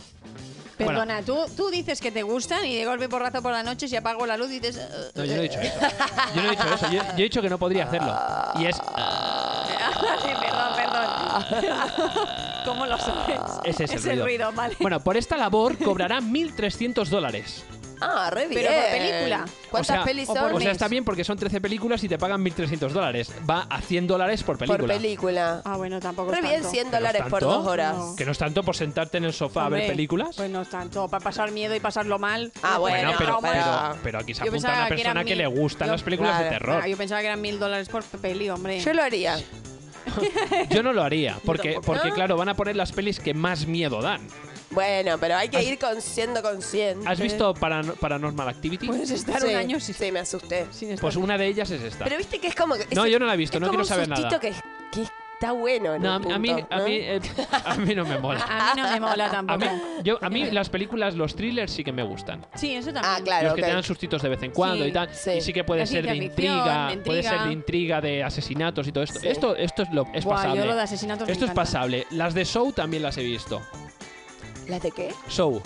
S2: Bueno,
S3: Perdona, tú, tú dices que te gustan y de golpe por rato por la noche si apago la luz y dices... "Eh,
S2: no, yo no he dicho eso. Yo no he dicho eso. Yo, yo he dicho que no podría hacerlo. Y es...
S3: sí, perdón, eh, perdón. ¿Cómo lo sabes?
S2: Es ese
S3: el ruido, vale.
S2: Bueno, por esta labor cobrará 1.300 dólares.
S4: Ah, re bien.
S3: Pero por película.
S4: ¿Cuántas
S2: o sea,
S4: pelis
S3: o
S4: son?
S3: por
S2: O sea,
S3: mes.
S2: está bien porque son 13 películas y te pagan 1.300 dólares. Va a 100 dólares por película.
S4: Por película.
S3: Ah, bueno, tampoco
S4: Re
S3: es
S4: bien,
S3: tanto.
S4: 100
S2: Pero
S4: dólares por
S2: tanto.
S4: dos horas.
S3: No.
S2: Que no es tanto por sentarte en el sofá a ver
S3: Hombre,
S2: películas.
S3: Pues no es tanto, para pasar miedo y pasarlo mal.
S4: Ah,
S3: No, Ah,
S4: bueno,
S2: Bueno, pero,
S3: traumas.
S2: pero, pero aquí se
S3: Yo
S2: apunta
S3: pensaba
S2: a una
S3: que eran
S2: persona que,
S3: mil.
S2: le gustan
S3: Yo-
S2: las películas de
S4: claro.
S2: terror.
S3: Ah, yo pensaba que eran mil dólares por peli, hombre.
S4: Yo lo haría.
S2: Yo no lo haría, porque,
S4: tampoco.
S2: porque
S4: ¿No?
S2: claro, van a poner las pelis que más miedo dan.
S4: Bueno, pero hay que ir con, siendo consciente.
S2: ¿Has visto Paran- Paranormal Activity?
S3: Puedes estar
S4: Sí,
S3: un año sin,
S4: Sí, me asusté.
S3: sin estar.
S2: Pues una de ellas es esta.
S4: Pero viste que es como. que-
S2: No,
S4: es-
S2: yo no la he visto,
S4: es
S2: no
S4: como
S2: quiero saber
S4: un sustito
S2: nada.
S4: Que, que está bueno. En
S2: No, a
S4: un
S2: mí, a mí,
S4: punto,
S2: a
S4: ¿no?
S2: mí, eh, a mí no me mola.
S3: A mí no me mola
S2: A
S3: tampoco.
S2: mí, yo, a mí las películas, los thrillers sí que me gustan.
S3: Sí, eso también.
S4: Ah, claro.
S2: los que
S4: ok.
S2: te dan sustitos de vez en cuando
S3: Sí,
S2: y tal.
S4: sí.
S2: Y sí que puede
S3: La
S2: ser de
S3: ciencia ficción,
S2: intriga,
S3: de
S2: puede ser
S3: intriga.
S2: de intriga, de asesinatos y todo esto.
S4: Sí.
S2: Esto, esto es lo es
S3: Buah,
S2: pasable.
S3: yo lo de asesinatos me
S2: esto es
S3: encanta.
S2: pasable. Las de Show también las he visto.
S4: ¿Las de qué?
S2: Show.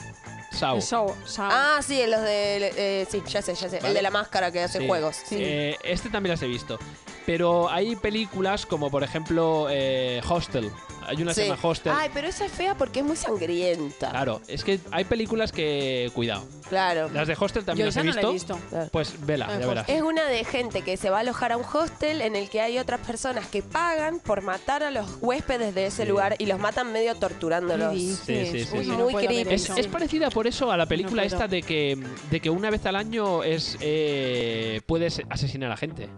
S2: Show.
S3: Saw, Saw.
S4: Ah, sí, los de. eh, sí, ya sé, ya sé.
S2: Vale.
S4: El de la máscara que hace
S2: Sí.
S4: juegos. Sí.
S2: Eh, este también las he visto. Pero hay películas como, por ejemplo, eh, Hostel. Hay una que se
S4: Sí.
S2: llama Hostel.
S4: Ay, pero esa es fea porque es muy sangrienta.
S2: Este. Claro, es que hay películas que. Cuidado.
S4: Claro.
S2: Las de Hostel
S3: yo
S2: también las
S3: esa
S2: he
S3: no
S2: visto.
S3: la he visto.
S4: Claro.
S2: Pues vela,
S3: Eh,
S2: ya verás.
S4: Es una de gente que se va a alojar a un hostel en el que hay otras personas que pagan por matar a los huéspedes de ese
S2: Sí.
S4: lugar y los matan medio torturándolos.
S3: ¿Qué dices?
S2: sí, sí,
S3: Uy,
S2: sí.
S3: no
S4: Muy
S3: puedo ver
S4: creepy.
S2: Es,
S3: eso.
S2: es parecida por eso a la película
S3: No puedo.
S2: esta de que, de que una vez al año es eh, puedes asesinar a gente.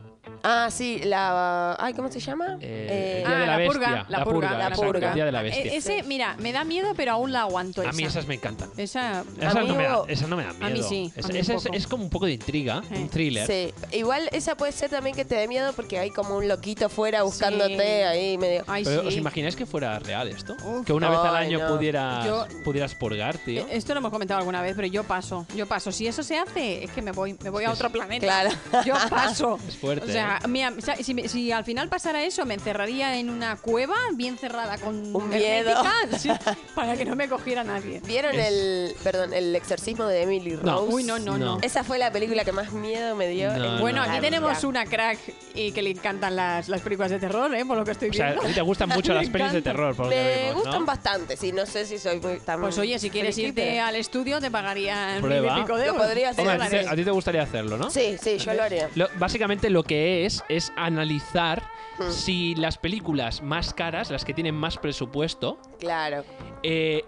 S4: Ah, sí, la. Ay, ¿cómo se llama?
S2: Eh, el
S4: Eh,
S2: día
S3: Ah,
S2: de la,
S3: la
S2: bestia.
S3: purga, la purga, la
S2: exacto,
S4: purga.
S2: El día de la
S3: Eh,
S2: bestia.
S3: ese, mira, me da miedo, pero aún la aguanto.
S2: a mí
S3: esa.
S2: esas me encantan.
S3: Esa-
S2: Esas, no, me dan,
S4: Amigo.
S2: esas no me dan miedo.
S3: A mí sí, a
S2: Es,
S3: mí
S2: esa
S3: un
S2: es,
S3: poco.
S2: es como un poco de intriga,
S3: Eh.
S2: un thriller.
S4: Sí, igual esa puede ser también que te dé miedo porque hay como un loquito fuera buscándote ahí medio.
S3: Ay,
S2: Pero,
S3: sí.
S2: ¿Os imagináis que fuera real esto?
S3: Uf.
S2: que una vez al
S4: Ay,
S2: año
S4: no.
S2: pudieras,
S3: Yo-
S2: pudieras purgar, tío.
S3: Eh, Esto lo hemos comentado alguna vez, pero yo paso, yo paso. Si eso se hace, es que me voy, me voy a
S2: que
S3: otro
S2: es-
S3: planeta.
S4: Claro.
S3: Yo paso.
S2: Es fuerte, ¿eh?
S3: O sea, mira, sa- si, me- si al final pasara eso, me encerraría en una cueva bien cerrada con
S4: Un miedo.
S3: hermética, sí, para que no me cogiera nadie.
S4: ¿Vieron
S2: Es-
S4: el. Perdón, el exorcismo de Emily Rose?
S2: No.
S3: Uy, no, no, no.
S2: No.
S4: Esa fue la película que más miedo me dio.
S2: No,
S4: en
S3: Bueno,
S4: mi
S3: aquí
S4: vida.
S3: tenemos una crack y que le encantan las, las películas de terror, ¿eh? por lo que estoy
S2: O sea,
S3: viendo.
S2: a ti te gustan mucho
S3: Me
S2: las pelis de
S3: encanta.
S2: terror, por lo que
S4: Me
S2: vemos, ¿no?
S4: gustan bastante, sí, no sé si soy muy tan
S3: Pues oye, si quieres
S4: friki,
S3: irte
S4: pero-
S3: al estudio, te pagarían
S2: Prueba.
S3: mil y pico de
S4: Lo
S3: euros.
S4: podría hacer.
S2: Hombre, a, ti te,
S4: dólares.
S2: a ti te gustaría hacerlo, ¿no?
S4: Sí, sí, yo lo haría.
S2: Lo- básicamente lo que es es analizar
S4: Hmm.
S2: si las películas más caras, las que tienen más presupuesto,
S4: Claro.
S2: eh,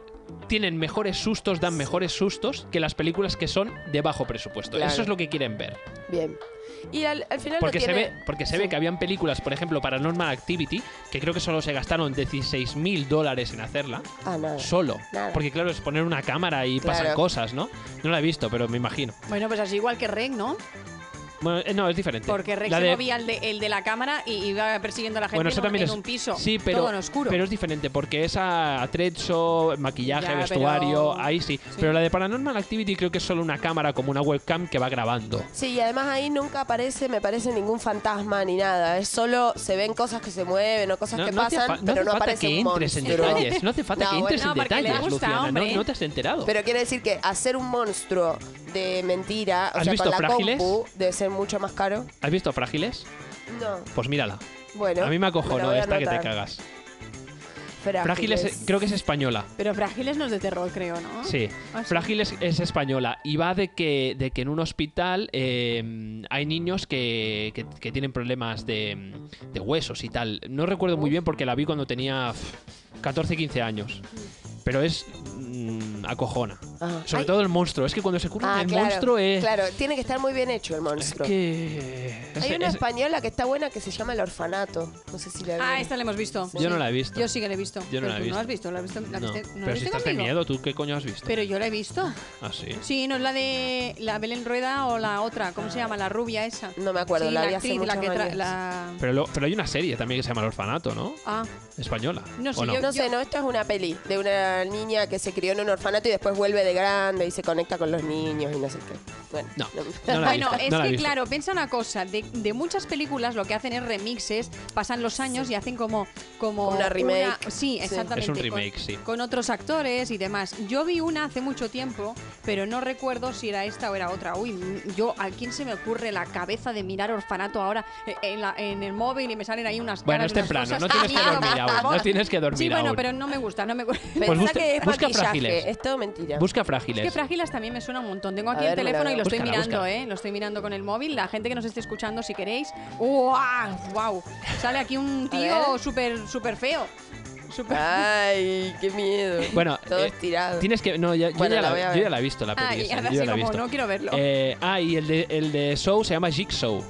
S2: tienen mejores sustos, dan mejores sustos que las películas que son de bajo presupuesto.
S4: Claro.
S2: Eso es lo que quieren ver.
S4: Bien. Y al, al final
S2: Porque
S4: no
S2: se
S4: tiene...
S2: ve, porque se ve que habían películas, por ejemplo, Paranormal Activity, que creo que solo se gastaron 16 mil dólares en hacerla.
S4: Ah, nada.
S2: Solo.
S4: Nada.
S2: Porque claro, es poner una cámara y pasan
S4: Claro.
S2: cosas, ¿no? No la he visto, pero me imagino.
S3: Bueno, pues así igual que Rec, ¿no?
S2: Bueno, eh, no, es diferente.
S3: Porque Rex
S2: La
S3: se
S2: de-
S3: movía el de, el de la cámara y iba persiguiendo a la gente
S2: Bueno,
S3: en,
S2: eso
S3: un-
S2: también
S3: en
S2: es
S3: un piso.
S2: Sí, pero,
S3: todo en oscuro.
S2: pero es diferente porque esa atrecho, maquillaje,
S3: Ya, pero-
S2: vestuario, ahí sí. Pero la de Paranormal Activity creo que es solo una cámara como una webcam que va grabando.
S4: Sí, y además ahí nunca aparece, me parece, ningún fantasma ni nada. Es solo se ven cosas que se mueven o cosas que
S2: hace
S4: pasan,
S2: fa- no
S4: pero
S2: hace
S4: no
S2: falta
S4: aparece
S2: que
S4: un
S2: entres en
S4: monstruo.
S2: detalles. No hace falta
S4: No,
S2: que entres
S3: bueno,
S2: en
S3: porque le
S2: detalles,
S3: gusta,
S2: Luciana. no-
S3: hombre.
S2: No, te has enterado.
S4: Pero quiere decir que hacer un monstruo de mentira, o
S2: ¿Has
S4: sea,
S2: visto
S4: con la
S2: Frágiles?
S4: compu, debe ser mucho más caro.
S2: ¿Has visto Frágiles?
S4: No,
S2: Pues mírala.
S4: bueno.
S2: a mí me
S4: la
S2: acojonó
S4: voy a
S2: esta que te
S4: anotar.
S2: cagas.
S4: Frágiles.
S2: Frágiles eh, creo que es española.
S3: Pero frágiles no es de terror, creo, ¿no?
S2: Sí,
S3: Ah, sí.
S2: Frágiles es española y va de que, de que en un hospital eh, hay niños que, que- que tienen problemas de, de huesos y tal. No recuerdo muy bien porque la vi cuando tenía pf, 14, 15 años. Pero es mm, acojona.
S4: Ah,
S2: Sobre
S4: ay.
S2: todo el monstruo. Es que cuando se curva
S4: Ah,
S2: el
S4: claro,
S2: monstruo es...
S4: Claro, tiene que estar muy bien hecho el
S2: es
S4: monstruo.
S2: que...
S4: Hay
S2: es-
S4: una
S2: es-
S4: española que está buena que se llama El Orfanato. No sé si la
S3: Ah,
S4: vi.
S3: esta la hemos visto.
S2: Yo no la he visto.
S3: Yo sí que la he visto.
S2: Yo no
S3: Pero
S2: la he
S3: tú
S2: visto.
S3: No la has visto. ¿La viste, la
S2: No,
S3: viste, ¿la
S2: pero si
S3: viste
S2: estás de
S3: conmigo?
S2: miedo, ¿tú qué coño has visto?
S3: Pero yo la he visto.
S2: Ah, sí.
S3: Sí, no es la de la Belén Rueda o la otra, ¿cómo se llama? La rubia esa.
S4: Ah. No me acuerdo,
S3: Sí,
S4: la vi hace
S3: actriz, la
S4: muchos
S3: que tra-
S4: años.
S3: la-
S2: Pero, lo- pero hay una serie también que se llama El Orfanato, ¿no?
S3: Ah,
S2: Española.
S3: No sé,
S2: ¿o
S3: yo-
S4: No sé, no, esto es una peli de una niña que se crió en un orfanato y después vuelve de grande y se conecta con los niños y no sé qué. Bueno,
S2: No, Pues no la he
S3: bueno,
S2: visto,
S3: es
S2: no la he
S3: que
S2: visto.
S3: claro, piensa una cosa, de, de muchas películas lo que hacen es remixes, pasan los años y hacen como como
S4: Una remake.
S3: sí,
S4: Sí.
S3: exactamente.
S2: Es un
S3: con-
S2: remake, sí.
S3: con, otros actores y demás. Yo vi una hace mucho tiempo, pero no recuerdo si era esta o era otra. Uy, m- yo a quién se me ocurre la cabeza de mirar Orfanato ahora eh, en, la- en el móvil y me salen ahí unas
S2: Bueno,
S3: caras
S2: es
S3: de unas
S2: temprano,
S3: cosas.
S2: no tienes que
S3: Miedo,
S2: dormir
S3: por
S2: aún,
S3: favor.
S2: no tienes que dormir
S3: Sí, bueno,
S2: aún.
S3: pero no me gusta, no me gusta.
S4: Pensá
S2: busca-
S4: que es
S2: busca
S4: maquillaje,
S2: frágiles.
S4: es todo mentira.
S2: Busca
S3: Es
S2: frágiles.
S3: que frágilas también me suena un montón. Tengo
S4: A
S3: aquí el
S4: ver, me la
S3: teléfono y
S4: veo.
S3: lo estoy
S2: Búscala,
S3: mirando,
S2: búscala.
S3: ¿eh? Lo estoy mirando con el móvil. La gente que nos esté escuchando, si queréis. ¡Guau! ¡Guau! Sale aquí un tío
S4: ver.
S3: súper súper feo. Súper-
S4: Ay, qué miedo.
S2: Bueno,
S4: todo
S2: eh,
S4: estirado.
S2: Tienes que. No, ya, yo
S4: Bueno,
S2: ya
S4: la
S2: la,
S4: voy a
S2: yo
S4: ver.
S2: ya la he visto la peli.
S3: Ay,
S2: esa,
S3: Ah, ahora
S2: Ah, yo ya
S3: sí
S2: la he
S3: como
S2: visto.
S3: no quiero verlo.
S2: Eh, ah, y el de, el de Show se llama Jigsaw.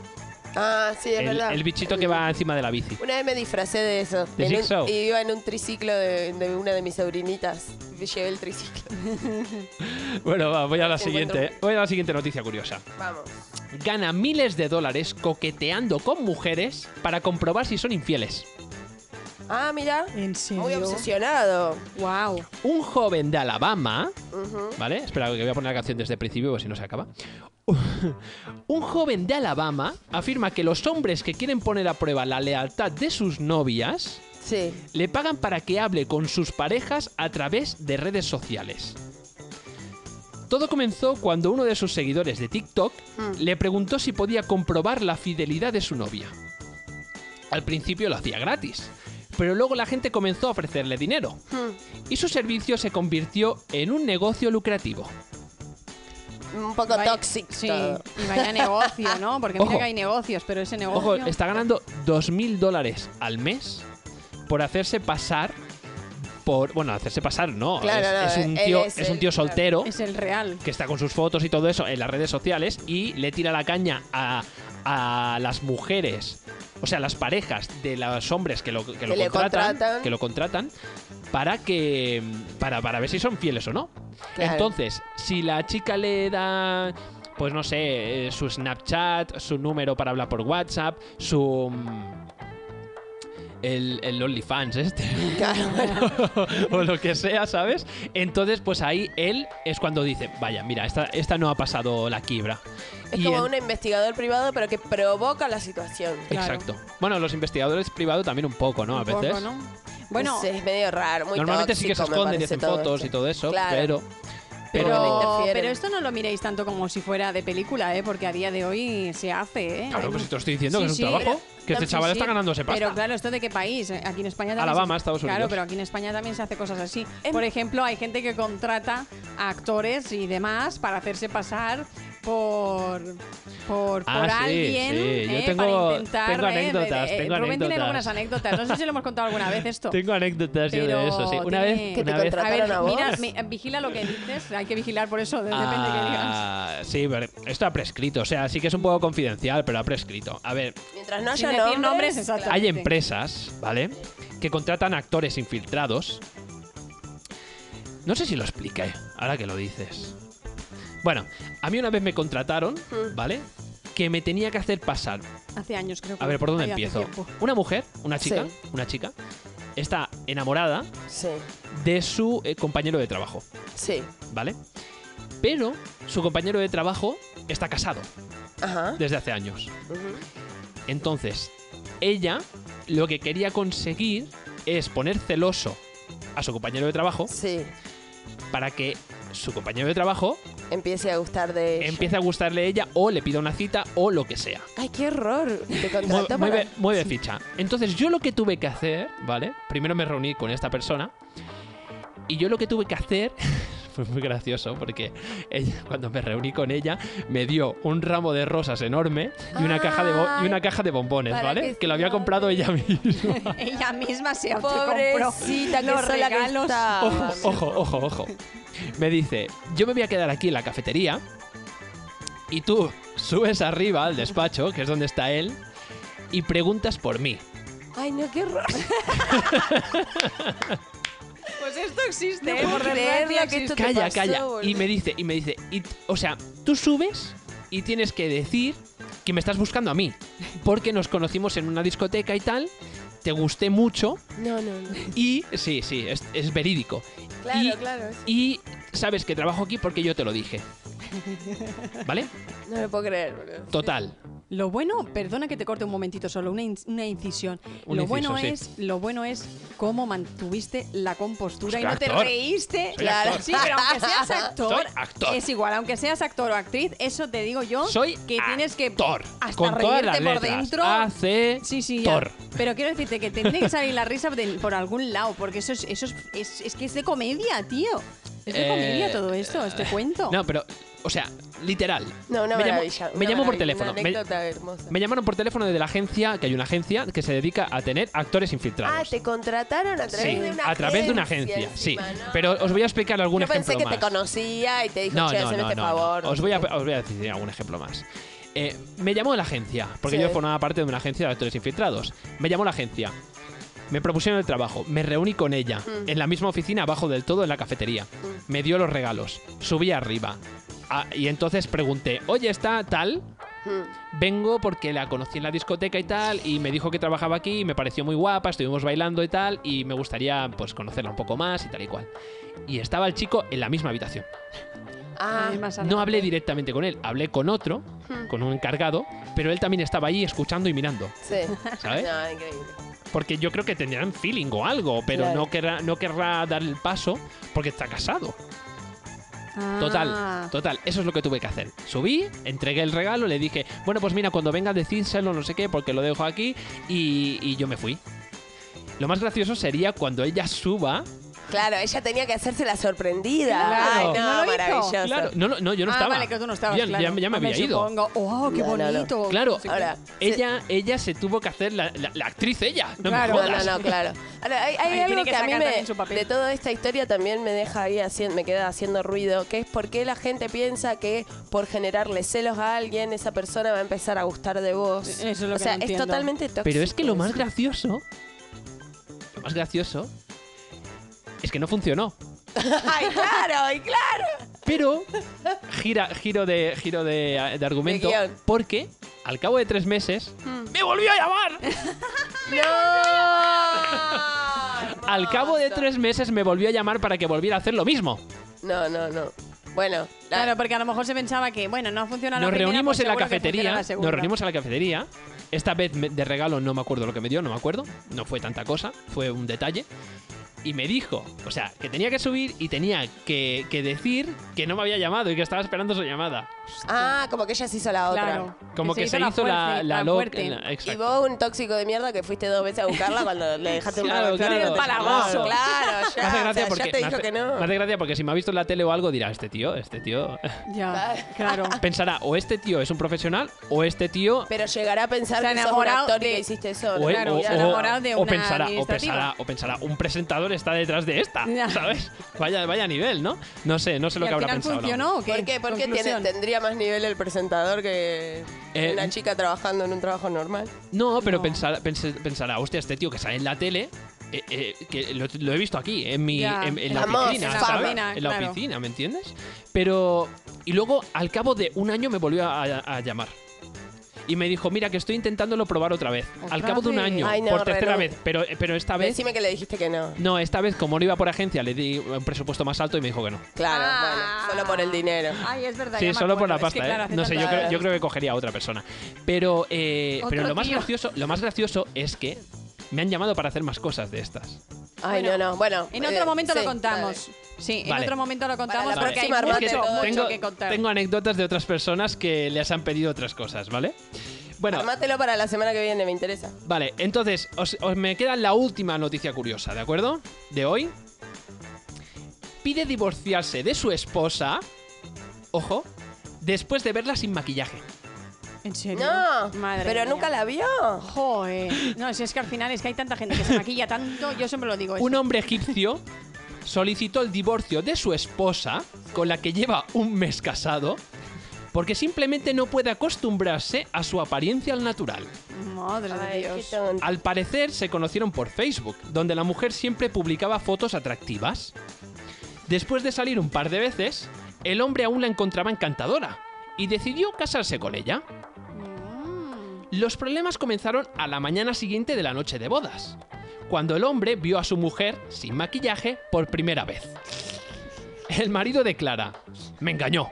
S4: Ah, sí, es
S2: El,
S4: verdad.
S2: el bichito que va encima de la bici.
S4: Una vez me disfracé de eso.
S2: ¿De
S4: En un-
S2: Jigsaw?
S4: y iba en un triciclo de, de una de mis sobrinitas. Llevé el triciclo.
S2: Bueno, va, voy a la
S4: Encuentro.
S2: siguiente. Voy a la siguiente noticia curiosa.
S4: Vamos.
S2: Gana miles de dólares coqueteando con mujeres para comprobar si son infieles.
S4: Ah, mira.
S5: ¿En serio?
S4: Muy
S3: pues,
S4: obsesionado.
S3: Wow.
S2: Un joven de Alabama,
S4: Ujú.
S2: ¿vale? Espera, que voy a poner la canción desde el principio, porque si no se acaba. Un joven de Alabama afirma que los hombres que quieren poner a prueba la lealtad de sus novias
S4: Sí.
S2: le pagan para que hable con sus parejas a través de redes sociales. Todo comenzó cuando uno de sus seguidores de TikTok
S4: Mm.
S2: le preguntó si podía comprobar la fidelidad de su novia. Al principio lo hacía gratis, pero luego la gente comenzó a ofrecerle dinero
S4: Hmm.
S2: y su servicio se convirtió en un negocio lucrativo.
S4: Un poco
S3: Vaya-
S4: tóxico.
S3: Sí, y vaya negocio, ¿no? Porque
S2: Ojo.
S3: mira que hay negocios, pero ese negocio...
S2: Ojo, está ganando 2.000 dólares al mes por hacerse pasar por... Bueno, hacerse pasar no.
S4: Claro,
S2: es,
S4: no, eh,
S2: es un
S4: él
S2: tío,
S4: es
S2: es un
S4: el-
S2: tío
S4: claro.
S2: soltero.
S3: Es el real.
S2: que está con sus fotos y todo eso en las redes sociales y le tira la caña a, a las mujeres, o sea, las parejas de los hombres que lo, que lo
S4: Que le
S2: contratan,
S4: contratan.
S2: que lo contratan, para que para, para ver si son fieles o no.
S4: Claro.
S2: Entonces, si la chica le da pues no sé, eh, su Snapchat, su número para hablar por WhatsApp, su mm, el, el OnlyFans este
S4: Claro, bueno.
S2: o lo que sea, ¿sabes? Entonces, pues ahí él es cuando dice, vaya, mira, esta, esta no ha pasado la quiebra.
S4: Es
S2: Y
S4: como
S2: en-
S4: un investigador privado, pero que provoca la situación.
S2: Exacto. Bueno, los investigadores privados también un poco, ¿no? A
S3: un poco,
S2: veces.
S3: ¿no? Bueno,
S4: No sé, es medio raro, muy
S2: Normalmente sí que se
S4: tóxico, me
S2: esconden y
S4: parece
S2: hacen
S4: todo
S2: fotos
S4: esto.
S2: y todo eso,
S4: Claro.
S2: pero...
S4: Pero-
S2: pero...
S3: pero,
S4: interfieren.
S3: pero esto no lo miréis tanto como si fuera de película, ¿eh? Porque a día de hoy se hace, ¿eh?
S2: Claro,
S3: Hay
S2: pues si
S3: mu-
S2: te lo estoy diciendo
S3: Sí,
S2: que es un
S3: sí,
S2: trabajo,
S3: pero-
S2: que este
S3: sí,
S2: chaval
S3: sí.
S2: está ganándose pasta.
S3: Pero claro, ¿esto de qué país? Eh, Aquí en España también...
S2: Alabama,
S3: se-
S2: Estados Unidos.
S3: Claro, pero aquí en España también se hace cosas así.
S4: Em-
S3: Por ejemplo, hay gente que contrata a actores y demás para hacerse pasar por por,
S2: Ah,
S3: por
S2: sí,
S3: alguien
S2: sí. Yo
S3: eh,
S2: tengo-
S3: para intentar
S2: tengo
S3: eh, de-
S2: anécdotas,
S3: eh,
S2: tengo
S3: Rubén tiene
S2: anécdotas.
S3: algunas anécdotas no sé si lo hemos contado alguna vez esto
S2: Tengo anécdotas yo
S3: Pero
S2: de eso, sí. Una
S3: tiene-
S2: vez...
S3: Que
S4: te
S2: Una vez
S4: contratan.
S3: a ver,
S4: ¿Trataron a
S3: mira,
S4: vos?
S3: mi- vigila lo que dices, hay que vigilar por eso, de- depende de qué digas.
S2: Ah, sí, pero esto ha prescrito, o sea, sí que es un poco confidencial, pero ha prescrito. A ver,
S4: Mientras no
S3: Sin
S4: haya
S3: decir nombres,
S4: nombres, claro.
S3: exacto.
S2: Hay
S3: Exactamente.
S2: empresas, ¿vale? Que contratan actores infiltrados. No sé si lo expliqué, ahora que lo dices. Bueno, a mí una vez me contrataron, ¿vale? Que me tenía que hacer pasar.
S3: Hace años creo que.
S2: A ver, ¿por dónde
S3: Ay, hace
S2: empiezo?
S3: tiempo.
S2: Una mujer, una chica,
S4: Sí.
S2: una chica, está enamorada
S4: ah, Sí,
S2: de su eh, compañero de trabajo,
S4: sí.
S2: ¿vale? Pero su compañero de trabajo está casado
S4: Ajá.
S2: desde hace años.
S4: ujú.
S2: Entonces, ella lo que quería conseguir es poner celoso a su compañero de trabajo
S4: Sí.
S2: para que su compañero de trabajo
S4: Empiece a gustar de ella.
S2: empiece a gustarle a ella o le pida una cita o lo que sea.
S4: Ay, qué horror. Te
S2: Mue-
S4: contrató para...
S2: Mueve, mueve ficha. Entonces, yo lo que tuve que hacer, ¿vale? Primero me reuní con esta persona y yo lo que tuve que hacer fue muy gracioso porque ella- cuando me reuní con ella me dio un ramo de rosas enorme y una caja de, bo- y una caja de bombones,
S4: Para
S2: ¿vale?
S4: que
S2: Que lo había
S4: sea-
S2: comprado ella misma.
S3: Ella misma se autocompró
S4: Pobrecita, que
S3: los
S4: sola que
S3: regalos.
S4: estaba.
S2: Ojo, ojo, ojo, ojo. Me dice, yo me voy a quedar aquí en la cafetería y tú subes arriba al despacho, que es donde está él, y preguntas por mí.
S4: Ay, no, qué horror.
S3: Pues esto existe,
S4: No
S3: ¿eh?
S4: puedo
S3: Por desgracia
S4: creerla que esto
S3: existe.
S4: te
S2: Calla,
S4: pasó,
S2: calla. Y
S4: boludo?
S2: me dice, y me dice, y- o sea, tú subes y tienes que decir que me estás buscando a mí, porque nos conocimos en una discoteca y tal, te gusté mucho
S4: No, no, no.
S2: y sí, sí, es, es verídico.
S4: Claro,
S2: Y-
S4: claro. sí.
S2: Y sabes que trabajo aquí porque yo te lo dije. ¿Vale?
S4: No lo puedo creer, boludo.
S2: Total.
S3: Lo bueno, perdona que te corte un momentito solo, una, in- una incisión.
S2: Un
S3: lo
S2: inciso,
S3: bueno
S2: sí.
S3: es, lo bueno es cómo mantuviste la compostura
S2: Soy
S3: y no te
S2: actor.
S3: reíste.
S2: Soy actor.
S3: Sí, pero aunque seas actor,
S2: Soy actor.
S3: es igual, aunque seas actor o actriz, eso te digo yo
S2: Soy
S3: que tienes que
S2: actor,
S3: hasta
S2: con todas
S3: reírte
S2: las
S3: por
S2: letras. Ah,
S3: dentro.
S2: Hace
S3: Sí, sí, ya.
S2: Thor.
S3: Pero quiero decirte que te tiene que salir la risa de- por algún lado, porque eso es, eso es, es, es que es de comedia, tío. Es de
S2: Eh,
S3: comedia todo esto, este cuento.
S2: No, pero, o sea, literal.
S4: No, una
S2: me llamó-
S4: maravilla.
S2: me
S4: una
S2: llamó por
S4: maravilla,
S2: teléfono.
S4: Una
S2: Me-
S4: anécdota hermosa.
S2: Me llamaron por teléfono de la agencia, que hay una agencia que se dedica a tener actores
S4: Ah,
S2: infiltrados.
S4: te contrataron a través
S2: sí,
S4: de una agencia.
S2: a través de una agencia,
S4: encima,
S2: sí.
S4: ¿no?
S2: Pero os voy a explicar algún
S4: Yo
S2: ejemplo
S4: pensé que
S2: más.
S4: te conocía y te dijo,
S2: no,
S4: che,
S2: no,
S4: hazme
S2: no,
S4: este
S2: no, no.
S4: favor.
S2: Os voy a, os voy a decir algún ejemplo más. Eh, me llamó la agencia, porque
S4: Sí.
S2: yo formaba parte de una agencia de actores infiltrados. Me llamó la agencia. Me propusieron el trabajo, me reuní con ella,
S4: Mm.
S2: en la misma oficina, abajo del todo, en la cafetería. Me dio los regalos, subí arriba. Ah, y entonces pregunté, oye, ¿está tal?
S4: Hmm.
S2: Vengo porque la conocí en la discoteca y tal, y me dijo que trabajaba aquí, y me pareció muy guapa, estuvimos bailando y tal, y me gustaría pues conocerla un poco más y tal y cual. Y estaba el chico en la misma habitación.
S4: Ah,
S3: Ay, más
S2: No hablé directamente con él, hablé con otro,
S3: Hmm.
S2: con un encargado, pero él también estaba ahí escuchando y mirando,
S4: sí.
S2: ¿sabes?
S4: No, increíble.
S2: Porque yo creo que tendrán feeling o algo, pero
S4: Claro.
S2: no, querrá, no querrá dar el paso porque está casado.
S3: Ah.
S2: Total, total, eso es lo que tuve que hacer. Subí, entregué el regalo, le dije, bueno, pues mira, cuando venga decírselo, no sé qué, porque lo dejo aquí, y, y yo me fui. Lo más gracioso sería cuando ella suba.
S4: Claro, ella tenía que hacerse la sorprendida.
S2: Claro.
S4: Ay,
S3: ¿No
S4: no,
S3: lo hizo?
S4: maravilloso.
S2: Claro, no, no, no, yo no
S3: ah,
S2: estaba.
S3: vale, que tú no estabas,
S2: Ya-
S3: claro.
S2: ya, ya me
S3: Hombre,
S2: había ido.
S3: supongo. ¡Oh, qué
S4: No, no, no.
S3: bonito!
S2: Claro,
S4: Ahora,
S2: Ella, ella se tuvo que hacer la, la- la actriz ella. No
S3: Claro,
S2: me
S4: No, no,
S2: jodas.
S4: no, claro. Ahora, hay, hay
S3: Ahí
S4: algo
S3: tiene
S4: que,
S3: que
S4: a mí
S3: sacar
S4: me,
S3: también su papel.
S4: de toda esta historia también me deja ahí, haciendo, me queda haciendo ruido, que es por qué la gente piensa que por generarle celos a alguien, esa persona va a empezar a gustar de vos.
S3: Eso es lo
S4: o
S3: que
S4: sea,
S3: no
S4: es
S3: entiendo.
S4: totalmente tóxico.
S2: Pero es que lo más
S4: eso.
S2: gracioso. Lo más gracioso. Es que no funcionó.
S4: ¡Ay, claro! ¡Ay, claro!
S2: Pero gira, giro de, giro de, de argumento.
S4: De guión. Hmm.
S2: porque al cabo de tres meses me volvió a llamar.
S4: ¡No!
S2: al cabo de
S4: Hermoso.
S2: tres meses me volvió a llamar para que volviera a hacer lo mismo.
S4: No, no, no. Bueno, la-
S3: Claro, porque a lo mejor se pensaba que, bueno, no ha funcionado
S2: nos
S3: la primera,
S2: reunimos
S3: pues
S2: en la
S3: seguro que funciona
S2: cafetería.
S3: la
S2: nos
S3: segunda.
S2: reunimos en la cafetería. Esta vez me- de regalo no me acuerdo lo que me dio, no me acuerdo. No fue tanta cosa, fue un detalle. Y me dijo, o sea, que tenía que subir y tenía que, que decir que no me había llamado y que estaba esperando su llamada.
S4: ah, como que ella se hizo la otra.
S3: Claro.
S2: Como que, se hizo, la,
S3: fuerte,
S2: la
S3: la
S2: loca.
S3: fuerte.
S2: la-
S4: Y
S2: exacto.
S4: vos, un tóxico de mierda que fuiste dos veces a buscarla cuando le dejaste un
S2: Claro, claro.
S4: regalo. Claro, claro,
S2: Me
S4: ya.
S2: hace
S4: o
S2: gracia
S4: sea,
S2: porque,
S4: ya te
S2: me
S4: dijo
S2: hace-
S4: que no.
S2: me hace gracia porque si me ha visto en la tele o algo dirá, este tío, este tío.
S3: Ya, claro.
S2: Pensará, o este tío es un profesional, o este tío...
S4: Pero llegará a pensar
S3: Se ha
S4: que sos un
S3: enamorado
S4: actor y
S3: de-
S4: que hiciste
S2: O,
S4: solo.
S2: o-
S3: claro,
S2: o-
S3: se ha enamorado de
S2: o
S3: una
S2: pensará, o
S3: administrativa.
S2: pensará, o pensará, un presentador está detrás de esta,
S3: Ya.
S2: ¿sabes? Vaya, vaya nivel, ¿no? No sé, no sé
S3: ¿Y
S2: lo
S3: al
S2: que habrá
S3: final
S2: pensado. la
S3: funcionó
S2: mujer.
S3: o qué?
S4: ¿Por qué? ¿Por qué tiene-
S3: Conclusión.
S4: tendría más nivel el presentador que
S2: Eh,
S4: una chica trabajando en un trabajo normal?
S2: No, pero
S3: No.
S2: pensar- pense- pensará, hostia, este tío que sale en la tele, eh, eh, que lo, lo he visto aquí, en mi
S3: Ya,
S2: en, en
S3: en
S2: la
S4: la moda,
S2: oficina,
S4: en la
S2: ¿sabes?
S3: oficina,
S2: en la
S3: claro.
S2: oficina, ¿me entiendes? Pero y luego al cabo de un año me volvió a, a llamar. Y me dijo, mira, que estoy intentándolo probar otra vez. al
S3: ¿Otra
S2: cabo de un
S3: vez?
S2: año,
S4: Ay, no,
S2: por tercera
S4: renuncio.
S2: vez. Pero, pero esta vez...
S4: Decime que le dijiste que no.
S2: No, esta vez como no iba por agencia, le di un presupuesto más alto y me dijo que no.
S4: Claro,
S3: Ah.
S4: bueno, solo por el dinero.
S3: Ay, es verdad. ya
S2: Sí,
S3: me
S2: solo por
S3: acuerdo.
S2: la
S3: Es
S2: pasta,
S3: que, claro,
S2: ¿eh?
S3: hace
S2: No sé, yo
S3: tantas-
S2: creo, yo creo que cogería a otra persona. Pero, eh,
S3: Otro
S2: pero lo, más
S3: tío.
S2: gracioso, lo más gracioso es que me han llamado para hacer más cosas de estas.
S4: Ay,
S3: Bueno,
S4: no, no. Bueno.
S3: En
S4: eh,
S3: otro momento
S4: sí,
S3: lo contamos. Sí, en
S2: Vale.
S3: otro momento lo contamos
S4: la
S3: porque hay
S4: próxima,
S3: mucho,
S4: Armando,
S3: mucho
S2: tengo,
S3: que contar.
S2: tengo anécdotas de otras personas que les han pedido otras cosas, ¿vale? Bueno,
S4: dale. Armátelo para la semana que viene, me interesa.
S2: vale, entonces os, os me queda la última noticia curiosa, ¿de acuerdo? De hoy. Pide divorciarse de su esposa, ojo, después de verla sin maquillaje.
S3: ¿En serio?
S4: No,
S3: Madre
S4: pero
S3: mía.
S4: nunca la vio.
S3: Joder. No, si es que al final es que hay tanta gente que se maquilla tanto, yo siempre lo digo. eso.
S2: Un hombre egipcio solicitó el divorcio de su esposa, con la que lleva un mes casado, porque simplemente no puede acostumbrarse a su apariencia al natural.
S3: Madre
S4: Ay,
S3: de
S4: qué
S3: Dios.
S4: tonto.
S2: Al parecer se conocieron por Facebook, donde la mujer siempre publicaba fotos atractivas. Después de salir un par de veces, el hombre aún la encontraba encantadora y decidió casarse con ella. Los problemas comenzaron a la mañana siguiente de la noche de bodas, cuando el hombre vio a su mujer sin maquillaje por primera vez. El marido declara, me engañó,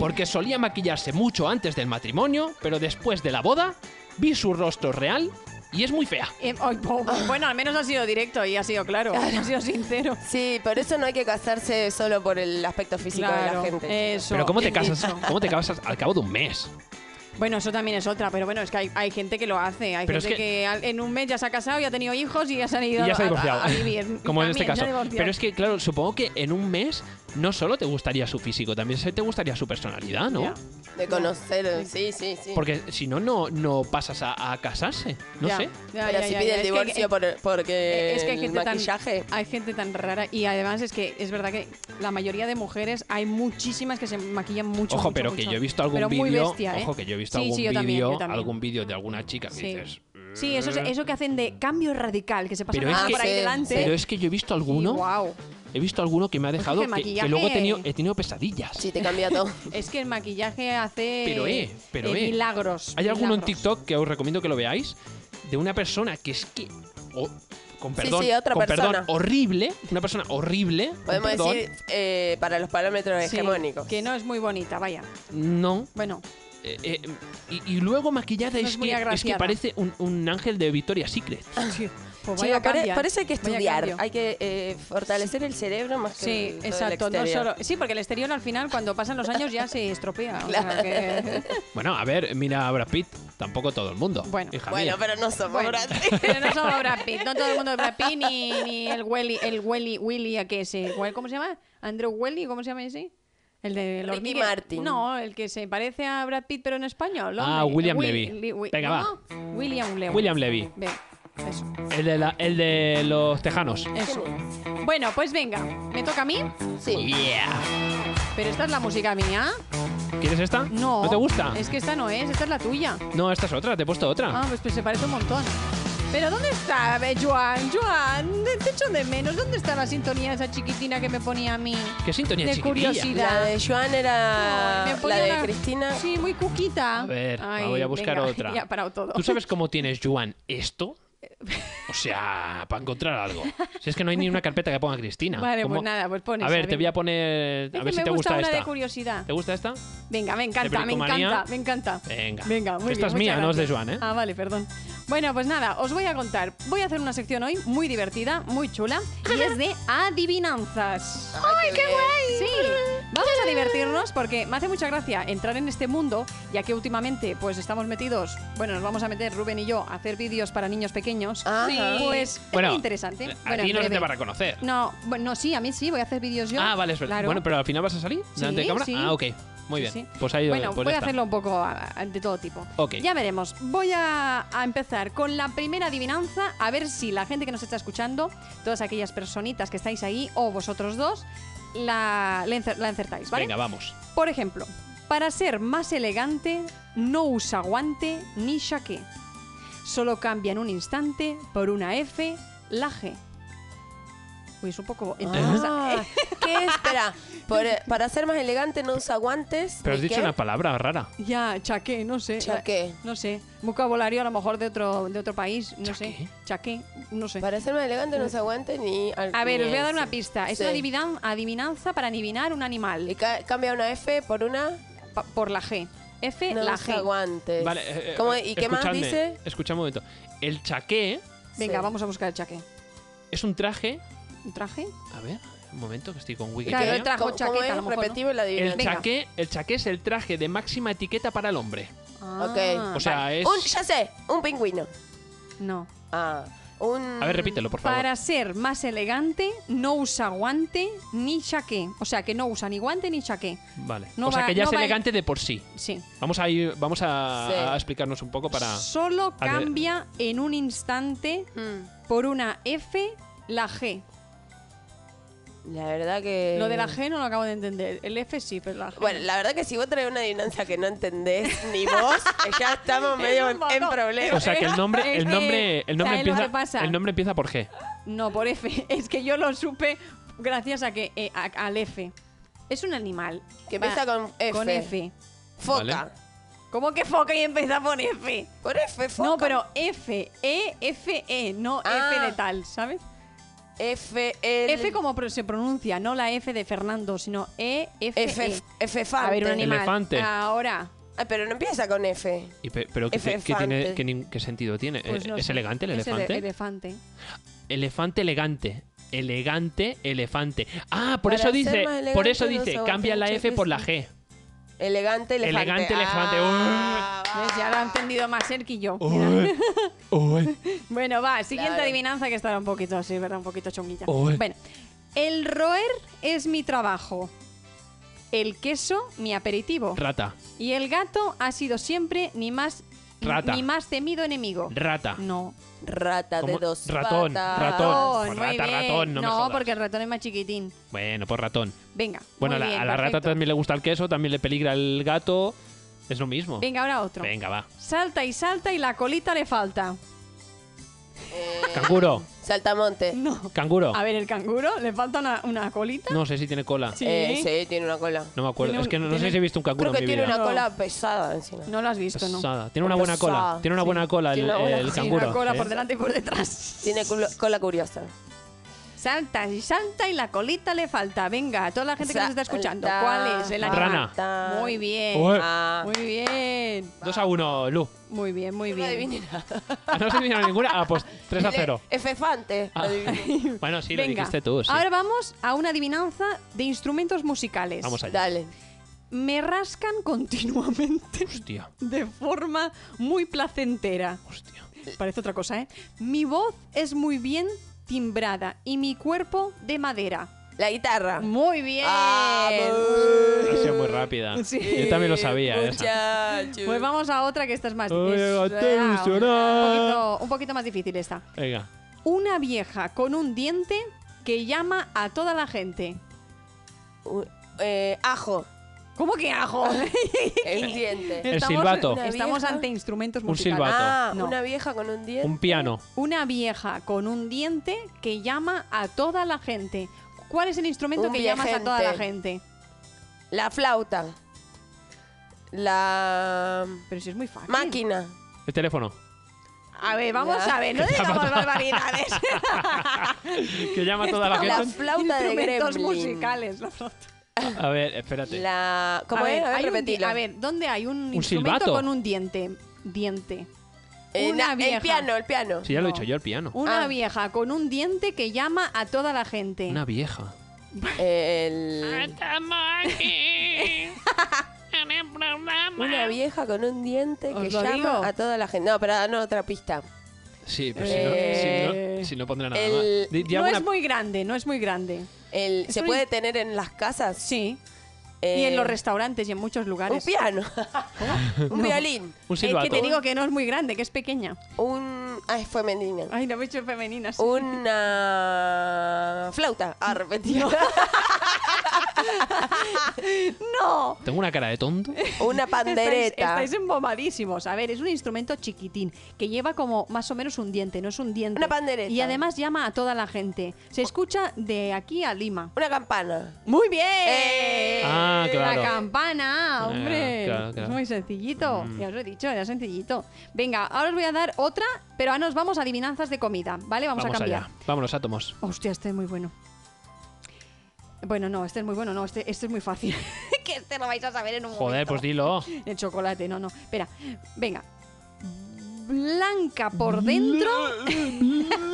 S2: porque solía maquillarse mucho antes del matrimonio, pero después de la boda vi su rostro real y es muy fea.
S3: Eh, oh, oh,
S4: Ah.
S3: oh, bueno, al menos ha sido directo y ha sido claro, ha sido sincero.
S4: Sí, por eso no hay que casarse solo por el aspecto físico de
S3: Claro, Eh,
S4: la gente.
S3: eso.
S2: Pero ¿cómo te
S3: bien
S2: casas?
S3: dicho.
S2: ¿Cómo te casas al cabo de un mes?
S3: Bueno, eso también es otra, pero bueno, es que hay, hay gente que lo hace. Hay
S2: Pero es
S3: gente
S2: que-
S3: que... al- en un mes ya se ha casado, ya ha tenido hijos y ya se han
S2: Y
S3: ido
S2: ya se ha
S3: a-
S2: divorciado.
S3: A, a vivir.
S2: Como en este
S3: También se
S2: caso.
S3: ha divorciado.
S2: Pero es que, claro, supongo que en un mes no solo te gustaría su físico, también se te gustaría su personalidad, ¿no?
S3: Ya.
S4: De conocer, sí, sí, sí.
S2: Porque si no, no, no pasas a, a casarse. No
S3: Ya,
S2: sé.
S3: ya,
S4: Pero
S3: ya,
S4: si
S3: ya,
S4: pide
S3: ya. Es
S4: el
S3: que-
S4: divorcio por- porque
S3: Eh, es que hay
S4: el
S3: gente, tan,
S4: maquillaje.
S3: hay gente tan rara y además es que es verdad que la mayoría de mujeres hay muchísimas que se maquillan mucho.
S2: ojo,
S3: mucho,
S2: pero que
S3: mucho.
S2: yo he visto algún
S3: Pero muy
S2: vídeo.
S3: bestia, ¿eh?
S2: Ojo, que yo he visto
S3: Sí,
S2: algún
S3: sí, yo también, yo
S2: vídeo.
S3: también.
S2: Algún vídeo de alguna chica que
S3: Sí.
S2: dices.
S3: Sí, eso, es- eso que hacen de cambio radical, que se pasan
S2: Pero
S3: la
S2: es
S3: mano
S2: que-
S3: por ahí
S4: Ah, sí,
S3: delante.
S2: Pero es que yo he visto alguno
S3: wow.
S2: He visto alguno que me ha dejado
S3: que el
S2: que- que,
S3: maquillaje-
S2: luego he tenido, he tenido pesadillas.
S4: Sí, te cambia todo.
S3: Es que el maquillaje hace
S2: Pero, eh, pero, eh.
S3: milagros.
S2: Hay alguno en
S3: milagros.
S2: TikTok que os recomiendo que lo veáis de una persona que es que o- con
S4: Sí,
S2: perdón,
S4: sí, otra
S2: con
S4: persona.
S2: perdón, horrible, una persona horrible, con
S4: Podemos
S2: perdón,
S4: decir, eh, para los parámetros
S3: Sí,
S4: hegemónicos.
S3: que no es muy bonita, vaya.
S2: no.
S3: Bueno,
S2: eh, eh, y, y luego maquillada
S3: No
S2: es,
S3: es muy
S2: que, es que
S3: agraciada.
S2: parece un, un ángel de Victoria Secret.
S3: pues
S4: Chico,
S3: vaya
S4: pare-
S3: cambio, ¿eh?
S4: parece que
S3: Vaya
S4: estudiar,
S3: cambio.
S4: hay que eh, fortalecer el cerebro más que
S3: Sí,
S4: todo el
S3: exacto. No
S4: exterior.
S3: solo... Sí, porque el exterior al final, cuando pasan los años, ya se estropea. o sea que-
S2: Bueno, a ver, mira a Brad Pitt, tampoco todo el mundo.
S3: Bueno.
S2: hija mía.
S4: Bueno, pero no somos
S3: Bueno,
S4: Brad Pitt.
S3: pero no solo Brad Pitt, no todo el mundo es Brad Pitt, ni, ni el Welly, el Welly, Willy, ¿a qué ese? ¿Cuál- ¿Cómo se llama? ¿Andrew Welly? ¿Cómo se llama ese? El de los
S4: Ricky
S3: Miguel.
S4: Martin.
S3: No, el que se parece a Brad Pitt, pero en español.
S2: Ah,
S3: hombre.
S2: William
S3: Will-
S2: Levy.
S3: Li- Wi-
S2: Venga,
S3: ¿no? William Levy.
S2: William Levy.
S3: Ve, eso,
S2: El de, la- el de los tejanos.
S3: eso. Bueno, pues venga, me toca a mí,
S4: Sí.
S2: Yeah.
S3: pero esta es la música mía.
S2: ¿Quieres esta?
S3: No.
S2: te gusta?
S3: Es que esta no es, esta es la tuya.
S2: No, esta es otra, te he puesto otra.
S3: Ah, pues, pues se parece un montón. Pero ¿dónde está, eh, Joan? Joan, te te echo de menos. ¿Dónde está la sintonía esa chiquitina que me ponía a mí?
S2: Qué sintonía
S3: de
S2: chiquitilla.
S3: curiosidad.
S4: La de Joan era
S3: Ay, me
S4: la
S3: ponía
S4: de
S3: una-
S4: Cristina.
S3: Sí, muy cuquita.
S2: A ver,
S3: Ay,
S2: voy a buscar
S3: venga,
S2: otra.
S3: Ya ha parado todo.
S2: ¿Tú sabes cómo tienes, Juan, esto? O sea, para encontrar algo. Si es que no hay ni una carpeta que ponga Cristina.
S3: Vale,
S2: ¿Cómo?
S3: pues nada, pues pones.
S2: A ver, te voy a poner.
S3: Es
S2: A ver
S3: que
S2: si
S3: me
S2: te gusta,
S3: una de
S2: esta.
S3: curiosidad.
S2: ¿Te gusta esta?
S3: Venga, me encanta, me
S2: bricomanía?
S3: encanta, me encanta.
S2: Venga.
S3: Venga,
S2: Esta
S3: muy bien,
S2: es
S3: muchas
S2: mía, no es de
S3: gracias.
S2: Joan, ¿eh?
S3: Ah, vale, perdón. Bueno, pues nada, os voy a contar. Voy a hacer una sección hoy muy divertida, muy chula, y es de adivinanzas.
S4: ¡Ay, qué guay!
S3: Sí, vamos a divertirnos porque me hace mucha gracia entrar en este mundo, ya que últimamente pues estamos metidos, bueno, nos vamos a meter Rubén y yo a hacer vídeos para niños pequeños.
S4: Ajá.
S3: Pues es
S2: Bueno, eh,
S3: muy interesante.
S2: A
S3: Bueno,
S2: ti no se
S3: breve.
S2: te va a reconocer.
S3: No, bueno, no, sí, a mí sí, voy a hacer vídeos yo.
S2: ah, vale, es verdad.
S3: Claro.
S2: Bueno, pero al final vas a salir
S3: Sí,
S2: delante de cámara.
S3: sí.
S2: Ah, ok. Muy
S3: Sí,
S2: bien.
S3: sí.
S2: Pues ahí
S3: Bueno,
S2: pues
S3: voy
S2: ya
S3: a
S2: está.
S3: hacerlo un poco a- a- de todo tipo.
S2: Ok.
S3: Ya veremos. Voy a, a empezar con la primera adivinanza, a ver si la gente que nos está escuchando, todas aquellas personitas que estáis ahí, o vosotros dos, la, la encer- la acertáis, ¿vale?
S2: Venga, vamos.
S3: Por ejemplo, para ser más elegante, no usa guante ni chaqué. Solo cambia en un instante por una F, la G. Uy, es un poco... entendido.
S4: Ah, ¿Qué espera? Por, eh, para ser más elegante no usa guantes.
S2: Pero has
S4: ¿ni
S2: dicho
S4: qué?
S2: una palabra rara.
S3: Ya, chaqué, no sé.
S4: Chaqué.
S3: No sé. Vocabulario a lo mejor de otro, de otro país, no
S2: Chaqué.
S3: sé. Chaqué, no sé.
S4: Para ser más elegante no usa guantes ni al-
S3: A ver,
S4: ni
S3: os voy a dar
S4: ese.
S3: una pista. Es
S4: Sí.
S3: una adivinan- adivinanza para adivinar un
S4: Y
S3: animal
S4: ca- cambia una F por una
S3: pa- por la G. F,
S4: no
S3: la
S4: usa
S3: G.
S4: guantes.
S2: Vale. eh, eh,
S4: ¿Cómo- ¿Y qué más
S2: escuchadme,
S4: dice?
S2: Escucha un momento. El chaqué
S3: Venga,
S4: Sí.
S3: vamos a buscar el chaqué.
S2: es un traje.
S3: ¿Un traje?
S2: A ver, un momento que estoy con
S4: ¿Y
S2: Wikipedia.
S3: Claro,
S4: qué?
S3: el traje. trajo
S4: ¿Cómo-
S3: chaqueta,
S4: cómo
S3: a lo
S4: es
S3: mejor, ¿no?
S4: repetible la
S2: El
S4: adivinanza?
S3: Venga.
S2: chaqué, el chaqué es el traje de máxima etiqueta para el hombre.
S3: Ah,
S2: O sea, es.
S4: Un, ya sé, un pingüino.
S3: No.
S4: Ah, un...
S2: A ver, repítelo, por favor.
S3: Mm, Para ser más elegante, no usa guante ni chaqué. O sea, que no usa ni guante ni chaqué.
S2: Vale.
S3: No
S2: o sea
S3: va-
S2: que ya
S3: no
S2: es
S3: va-
S2: elegante de por sí.
S3: Sí.
S2: Vamos a ir, vamos a,
S4: Sí.
S2: a explicarnos un poco para.
S3: Solo
S2: a ver.
S3: cambia en un instante
S4: Mm,
S3: por una F la G.
S4: La verdad que...
S3: Lo de la G no lo acabo de entender. El F sí, pero la G.
S4: Bueno, la verdad que si vos traes una adivinanza que no entendés ni vos, ya estamos medio
S3: un
S4: en,
S3: montón.
S4: en problemas.
S2: O sea que el nombre, el
S3: Eh,
S2: nombre, el nombre
S3: ¿sabes lo que
S2: empieza,
S3: pasa?
S2: el nombre empieza por G.
S3: No, por F. Es que yo lo supe gracias a que eh, a- al F. Es un animal.
S4: Que empieza
S3: Va-
S4: con F.
S3: Con F.
S4: Foca.
S2: Vale.
S3: ¿Cómo que foca y empieza por F?
S4: Por F, foca.
S3: No, pero F, E, F, E, no
S4: Ah.
S3: F de tal, ¿sabes?
S4: F, L...
S3: F como pro- se pronuncia, no la F de Fernando, sino E, F,
S4: F,
S3: E.
S4: F, Fante.
S3: A ver, un animal.
S2: Elefante.
S3: Ahora.
S4: Ah, pero no empieza con F.
S2: Y pe- pero ¿qué,
S4: Elefante.
S2: qué tiene, qué, nin- qué sentido tiene?
S3: pues
S2: ¿E-
S3: no
S2: ¿Es
S3: sé.
S2: elegante el
S3: Es ele-
S2: elefante?
S3: elefante.
S2: elefante elegante. Elegante, elefante. Ah, por
S4: Para
S2: eso
S4: ser
S2: dice,
S4: más elegante
S2: por eso
S4: no
S2: dice,
S4: usa
S2: cambia la
S4: guantes,
S2: F por la G.
S4: Elegante, elefante.
S2: Elegante, elefante. Uh.
S4: Ah,
S3: ¿Ves? Ya lo ha entendido más él que yo.
S2: Uy, uy.
S3: Bueno, va, siguiente
S4: Claro.
S3: adivinanza que estará un poquito así, ¿verdad? Un poquito chonguilla.
S2: Uy.
S3: Bueno, el roer es mi trabajo, el queso mi aperitivo
S2: Rata,
S3: y el gato ha sido siempre ni más,
S2: Rata.
S3: Ni más temido enemigo.
S2: rata.
S3: No.
S4: Rata de
S2: ¿Cómo?
S4: dos
S2: Ratón,
S4: patas.
S2: ratón.
S3: Ratón,
S2: Pues
S3: muy
S2: rata,
S3: bien.
S2: ratón, no me jodas.
S3: porque el ratón es más chiquitín.
S2: Bueno, por ratón.
S3: Venga.
S2: Bueno, a
S3: muy
S2: la-
S3: bien,
S2: a la rata
S3: perfecto.
S2: también le gusta el queso, también le peligra el gato. Es lo mismo.
S3: Venga, ahora otro.
S2: Venga, va.
S3: Salta y salta y la colita le falta.
S4: Eh,
S2: Canguro.
S4: Saltamonte.
S3: No.
S2: Canguro.
S3: A ver, el canguro, le falta una, una colita.
S2: No sé si tiene cola.
S3: Sí.
S4: Eh, sí, tiene una cola.
S2: No me acuerdo.
S3: Tiene un-
S2: es que no, no
S3: tiene-
S2: sé si he visto un canguro
S4: Creo que
S2: en mi
S4: tiene
S2: vida.
S4: una
S3: No.
S4: cola pesada encima.
S3: No lo has visto, ¿no?
S2: Pesada. Tiene una buena cola.
S4: Pesada,
S2: Tiene una buena cola el,
S4: Tiene una buena-
S2: el
S4: sí,
S3: Tiene
S2: canguro.
S3: una cola
S2: ¿eh?
S3: por delante y por detrás.
S4: Tiene culo- cola curiosa.
S3: Salta y salta y la colita le falta. Venga, a toda la gente que nos está escuchando,
S4: Salta,
S3: ¿cuál es el animal?
S4: Rana.
S3: Muy bien.
S2: Ué.
S4: Ah.
S3: Muy bien.
S2: 2 a 1, Lu.
S3: Muy bien, muy
S4: No
S3: bien.
S4: adiviné nada.
S2: Ah, No se adivinaron ninguna. Ah, pues 3 a 0.
S4: Efefante.
S2: Ah.
S4: Adiviné.
S2: Bueno, sí, lo
S3: Venga,
S2: dijiste tú. sí.
S3: Ahora pues, vamos a una adivinanza de instrumentos musicales.
S2: Vamos allá.
S4: Dale.
S3: Me rascan continuamente
S2: Hostia,
S3: de forma muy placentera.
S2: hostia.
S3: Parece otra cosa, ¿eh? Mi voz es muy bien timbrada y mi cuerpo de madera.
S4: La guitarra.
S3: Muy bien.
S4: Ah, Vamos.
S2: Ha sido muy rápida.
S3: Sí.
S2: Yo también lo sabía. ¿eh? esa.
S4: Muchachos.
S3: Pues vamos a otra que esta es más
S2: Oye,
S3: es-
S2: atención,
S3: un,
S2: ah.
S3: poquito, un poquito más difícil esta.
S2: Venga.
S3: Una vieja con un diente que llama a toda la gente.
S4: Uh, eh, ajo.
S3: ¿Cómo que ajo?
S4: El diente.
S2: El silbato.
S4: Una
S3: Estamos
S4: vieja.
S3: ante instrumentos
S2: Un
S3: musicales.
S2: silbato.
S4: Ah,
S3: No.
S4: una vieja con un diente.
S2: Un piano.
S3: Una vieja con un diente que llama a toda la gente. ¿Cuál es el instrumento
S4: Un
S3: que llamas a toda la gente?
S4: La flauta. La
S3: Pero si es muy fácil.
S4: máquina.
S2: El teléfono.
S3: A ver, vamos
S4: Ya.
S3: a ver, no digamos barbaridades.
S2: Que llama a toda la
S4: La
S2: gente.
S4: flauta de
S3: instrumentos
S4: Gremlin.
S3: musicales, la flauta.
S2: A ver, espérate.
S4: La ¿Cómo
S3: a
S4: es?
S3: ver,
S4: a
S3: hay
S4: ver,
S3: un di-
S4: repetilo.
S3: a ver, ¿dónde hay un, instrumento
S2: silbato?
S3: con un diente? Diente.
S4: Eh,
S3: una
S4: na-
S3: vieja.
S4: El piano, el piano.
S2: Si ya lo he
S3: no.
S2: dicho yo, el piano.
S3: Una
S4: Ah.
S3: vieja con un diente que llama a toda la gente.
S2: Una vieja.
S4: El-
S5: Estamos aquí en el programa.
S4: una vieja con un diente que
S3: Os lo
S4: llama
S3: digo.
S4: a toda la gente. No, pero danos otra pista.
S2: Sí, pero si, no, si,
S3: Eh,
S2: no, si no pondrá nada
S4: el-
S2: más. Di- di
S3: no
S2: alguna-
S3: es muy grande, no es muy grande.
S4: El,
S3: Es
S4: ¿Se
S3: un-
S4: puede tener en las casas?
S3: Sí. y
S4: Eh,
S3: en los restaurantes y en muchos
S4: Un
S3: lugares.
S4: piano. un violín.
S2: Un
S3: Es que
S2: silbato.
S3: te digo que no es muy grande, que es pequeña.
S4: Un. Ay, fue menina.
S3: Ay, no me he hecho femenina. sí.
S4: Una flauta. Ah, repetí.
S3: ¡No!
S2: Tengo una cara de tonto.
S4: Una pandereta.
S3: Estáis, estáis embobadísimos. A ver, es un instrumento chiquitín que lleva como más o menos un diente, no es un diente.
S4: Una pandereta.
S3: Y además llama a toda la gente. Se escucha de aquí a Lima.
S4: Una campana.
S3: ¡Muy bien!
S4: ¡Eh!
S2: Ah, claro.
S3: La campana,
S2: Ah,
S3: hombre.
S2: claro, claro. Mm.
S3: Es muy sencillito. Ya os lo he dicho, era sencillito. Venga, ahora os voy a dar otra, pero ahora nos vamos a adivinanzas de comida, ¿vale? Vamos, a cambiar.
S2: allá. Vámonos, átomos.
S3: Hostia, este es muy bueno. Bueno, no, este es muy bueno, no, este, este es muy fácil. que este lo vais a saber en un
S2: Joder, pues
S3: momento.
S2: dilo.
S3: El chocolate, no, no. Espera, venga. Blanca por dentro,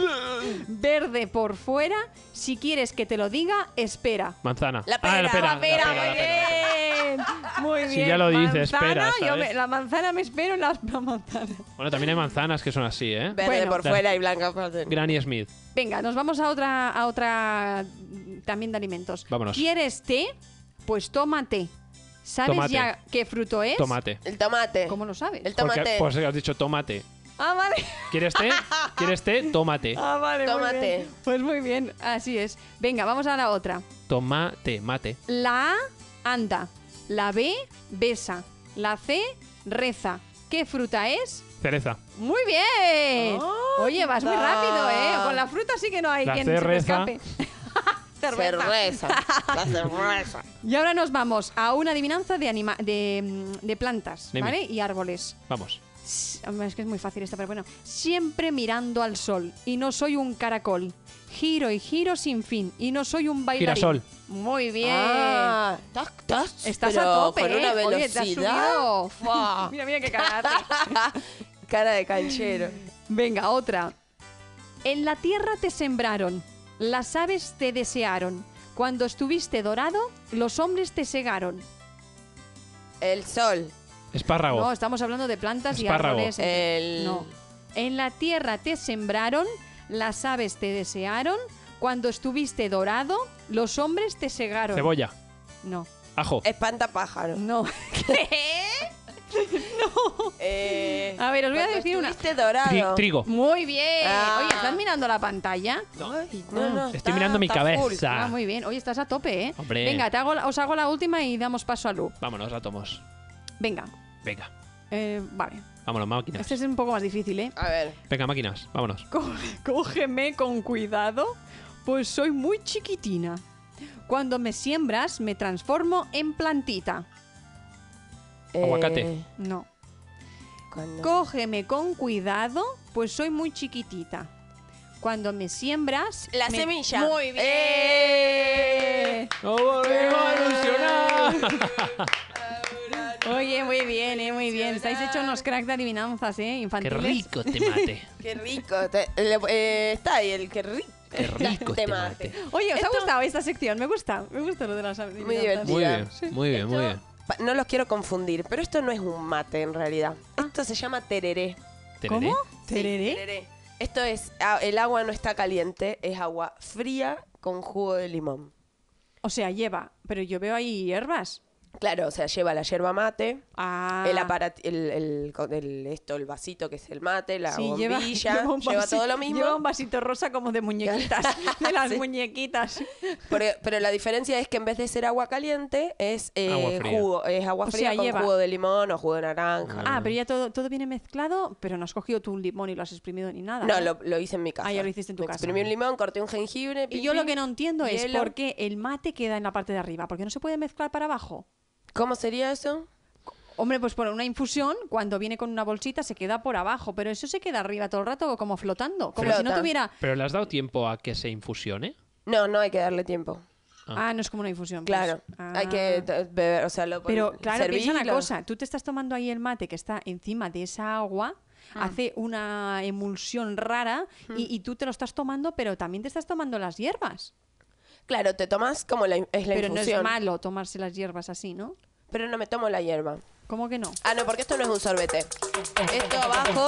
S3: verde por fuera. Si quieres que te lo diga, espera.
S2: Manzana.
S4: La
S2: Ah,
S4: pera,
S2: pera, la
S4: la pera,
S2: pera,
S4: muy
S2: la pera.
S3: bien. Muy bien.
S2: Si ya lo dices,
S3: Manzana,
S2: espera,
S3: yo
S2: ¿sabes?
S3: me- la manzana me espero en la, la manzana.
S2: Bueno, también hay manzanas que son así, ¿eh?
S4: Verde
S3: Bueno.
S4: por fuera y blanca por dentro.
S2: Granny Smith.
S3: Venga, nos vamos a otra, a otra mm, también de alimentos.
S2: Vámonos.
S3: ¿Quieres té? Pues tómate. ¿Sabes
S2: Tomate.
S3: ya qué fruto es?
S2: Tomate.
S4: El tomate.
S3: ¿Cómo lo sabes?
S4: El
S2: Porque-
S4: tomate.
S2: pues has dicho tomate.
S3: Ah, vale.
S2: ¿Quieres té? ¿Quieres té? Tómate.
S3: Ah, vale. muy
S4: Tómate.
S3: bien. Pues muy bien, así es. Venga, vamos a la otra.
S2: Tomate, mate.
S3: La A anda, la B besa, la C reza. ¿Qué fruta es?
S2: Cereza.
S3: Muy bien.
S4: Ah,
S3: Oye, vas muy
S4: Anda.
S3: rápido, ¿eh? Con la fruta sí que no hay
S2: La
S3: quien
S2: C
S3: se te
S2: reza.
S3: escape.
S4: cerveza. La cerveza.
S3: Y ahora nos vamos a una adivinanza de, anima de, mm, de plantas,
S2: Dime.
S3: ¿vale? Y árboles.
S2: Vamos.
S3: S- Es que es muy fácil esta, pero bueno. Siempre mirando al sol y no soy un caracol. Giro y giro sin fin y no soy un bailarín.
S2: Girasol.
S3: Muy bien.
S4: Ah, estás, estás,
S3: Estás
S4: pero
S3: a tope,
S4: con una
S3: ¿eh? Oye, te has
S4: velocidad.
S3: subido.
S4: Fua.
S3: mira, mira qué karate.
S4: Cara de canchero.
S3: Venga, otra. En la tierra te sembraron, las aves te desearon. Cuando estuviste dorado, los hombres te segaron.
S4: El sol.
S2: Espárrago.
S3: No, estamos hablando de plantas
S2: Espárrago.
S3: y árboles.
S4: El-
S3: No. En la tierra te sembraron, las aves te desearon. Cuando estuviste dorado, los hombres te segaron.
S2: Cebolla.
S3: No,
S2: Ajo.
S4: Espantapájaro.
S3: no.
S4: Eh,
S3: A ver, os voy a
S4: cuando
S3: decir una.
S4: estuviste
S2: Tri-
S4: dorado.
S2: trigo.
S3: Muy bien.
S4: Ah.
S3: Oye, ¿estás mirando la pantalla?
S4: Ay, no, no,
S2: Estoy
S4: está-
S2: mirando mi
S4: está full.
S2: cabeza.
S3: Ah, muy bien. Oye, estás a tope, ¿eh?
S2: Hombre.
S3: Venga, te hago la- os hago la última y damos paso a Lu.
S2: Vámonos, átomos.
S3: Venga.
S2: Venga.
S3: Eh, vale.
S2: Vámonos, máquinas.
S3: Este es un poco más difícil, ¿eh?
S4: A ver.
S2: Venga, máquinas, vámonos.
S3: Co- Cógeme con cuidado, pues soy muy chiquitina. Cuando me siembras, me transformo en plantita.
S2: Aguacate.
S4: eh,
S3: No.
S4: cuando-
S3: Cógeme con cuidado, pues soy muy chiquitita. Cuando me siembras...
S4: La
S3: me-
S4: semilla.
S3: Muy bien.
S4: ¡Eh!
S2: ¡No volvemos a ilusionar!
S3: Oye, muy bien, eh, muy bien. Estáis hechos unos cracks de adivinanzas, ¿eh?
S2: ¡Qué
S3: Infantiles.
S2: rico te mate!
S4: ¡Qué rico! Te- le- eh, está ahí el que rico.
S2: ¡Qué rico
S4: Este
S2: te mate!
S3: Oye, ¿os ha gustado esta sección? Me gusta, me gusta lo de las adivinanzas.
S4: divertido.
S2: Muy
S4: Mira,
S2: bien, muy bien, muy bien.
S4: Pa- No los quiero confundir, pero esto no es un mate en realidad. Esto se llama tereré.
S2: Tereré.
S3: ¿Cómo?
S4: Sí,
S3: Ah. ¿Tereré?
S4: tereré. Esto es, ah, el agua no está caliente, es agua fría con jugo de limón.
S3: O sea, lleva, pero yo veo ahí hierbas.
S4: Claro, o sea, lleva la yerba mate,
S3: Ah.
S4: el aparato, el, el- con el- esto, el vasito que es el mate, la
S3: Sí,
S4: bombilla, lleva,
S3: un vasito-
S4: todo lo mismo.
S3: Lleva un vasito rosa como de muñequitas, de las
S4: Sí.
S3: muñequitas.
S4: Pero, pero la diferencia es que en vez de ser agua caliente, es eh,
S2: Agua fría.
S4: jugo, es agua
S3: O
S4: fría
S3: sea,
S4: con
S3: lleva-
S4: jugo de limón o jugo de naranja.
S3: Ah, pero ya todo, todo viene mezclado, pero no has cogido tú un limón y lo has exprimido ni nada.
S4: No, lo, lo hice en mi casa.
S3: Ah, ya lo hiciste en tu
S4: Me
S3: casa.
S4: Exprimí un limón, corté un jengibre.
S3: Y
S4: pim,
S3: yo lo
S4: pim,
S3: que no entiendo es
S4: hielo.
S3: por qué el mate queda en la parte de arriba, porque no se puede mezclar para abajo.
S4: ¿Cómo sería eso?
S3: Hombre, pues por una infusión, cuando viene con una bolsita se queda por abajo, pero eso se queda arriba todo el rato como flotando, como si no
S4: Flota.
S3: tuviera...
S2: ¿Pero le has dado tiempo a que se infusione?
S4: No, no hay que darle tiempo.
S3: Ah, no es como una infusión. pues.
S4: Claro,
S3: Ah.
S4: hay que t- beber, o sea, lo pon-
S3: Pero claro, piensa una
S4: servirlo.
S3: cosa, tú te estás tomando ahí el mate que está encima de esa agua,
S4: Ah.
S3: hace una emulsión rara
S4: Hmm.
S3: y, y tú te lo estás tomando, pero también te estás tomando las hierbas.
S4: Claro, te tomas como la, in- es la
S3: pero no
S4: infusión.
S3: es malo tomarse las hierbas así, ¿no?
S4: Pero no me tomo la hierba.
S3: ¿Cómo que no?
S4: Ah, no, porque esto no es un sorbete. Esto abajo.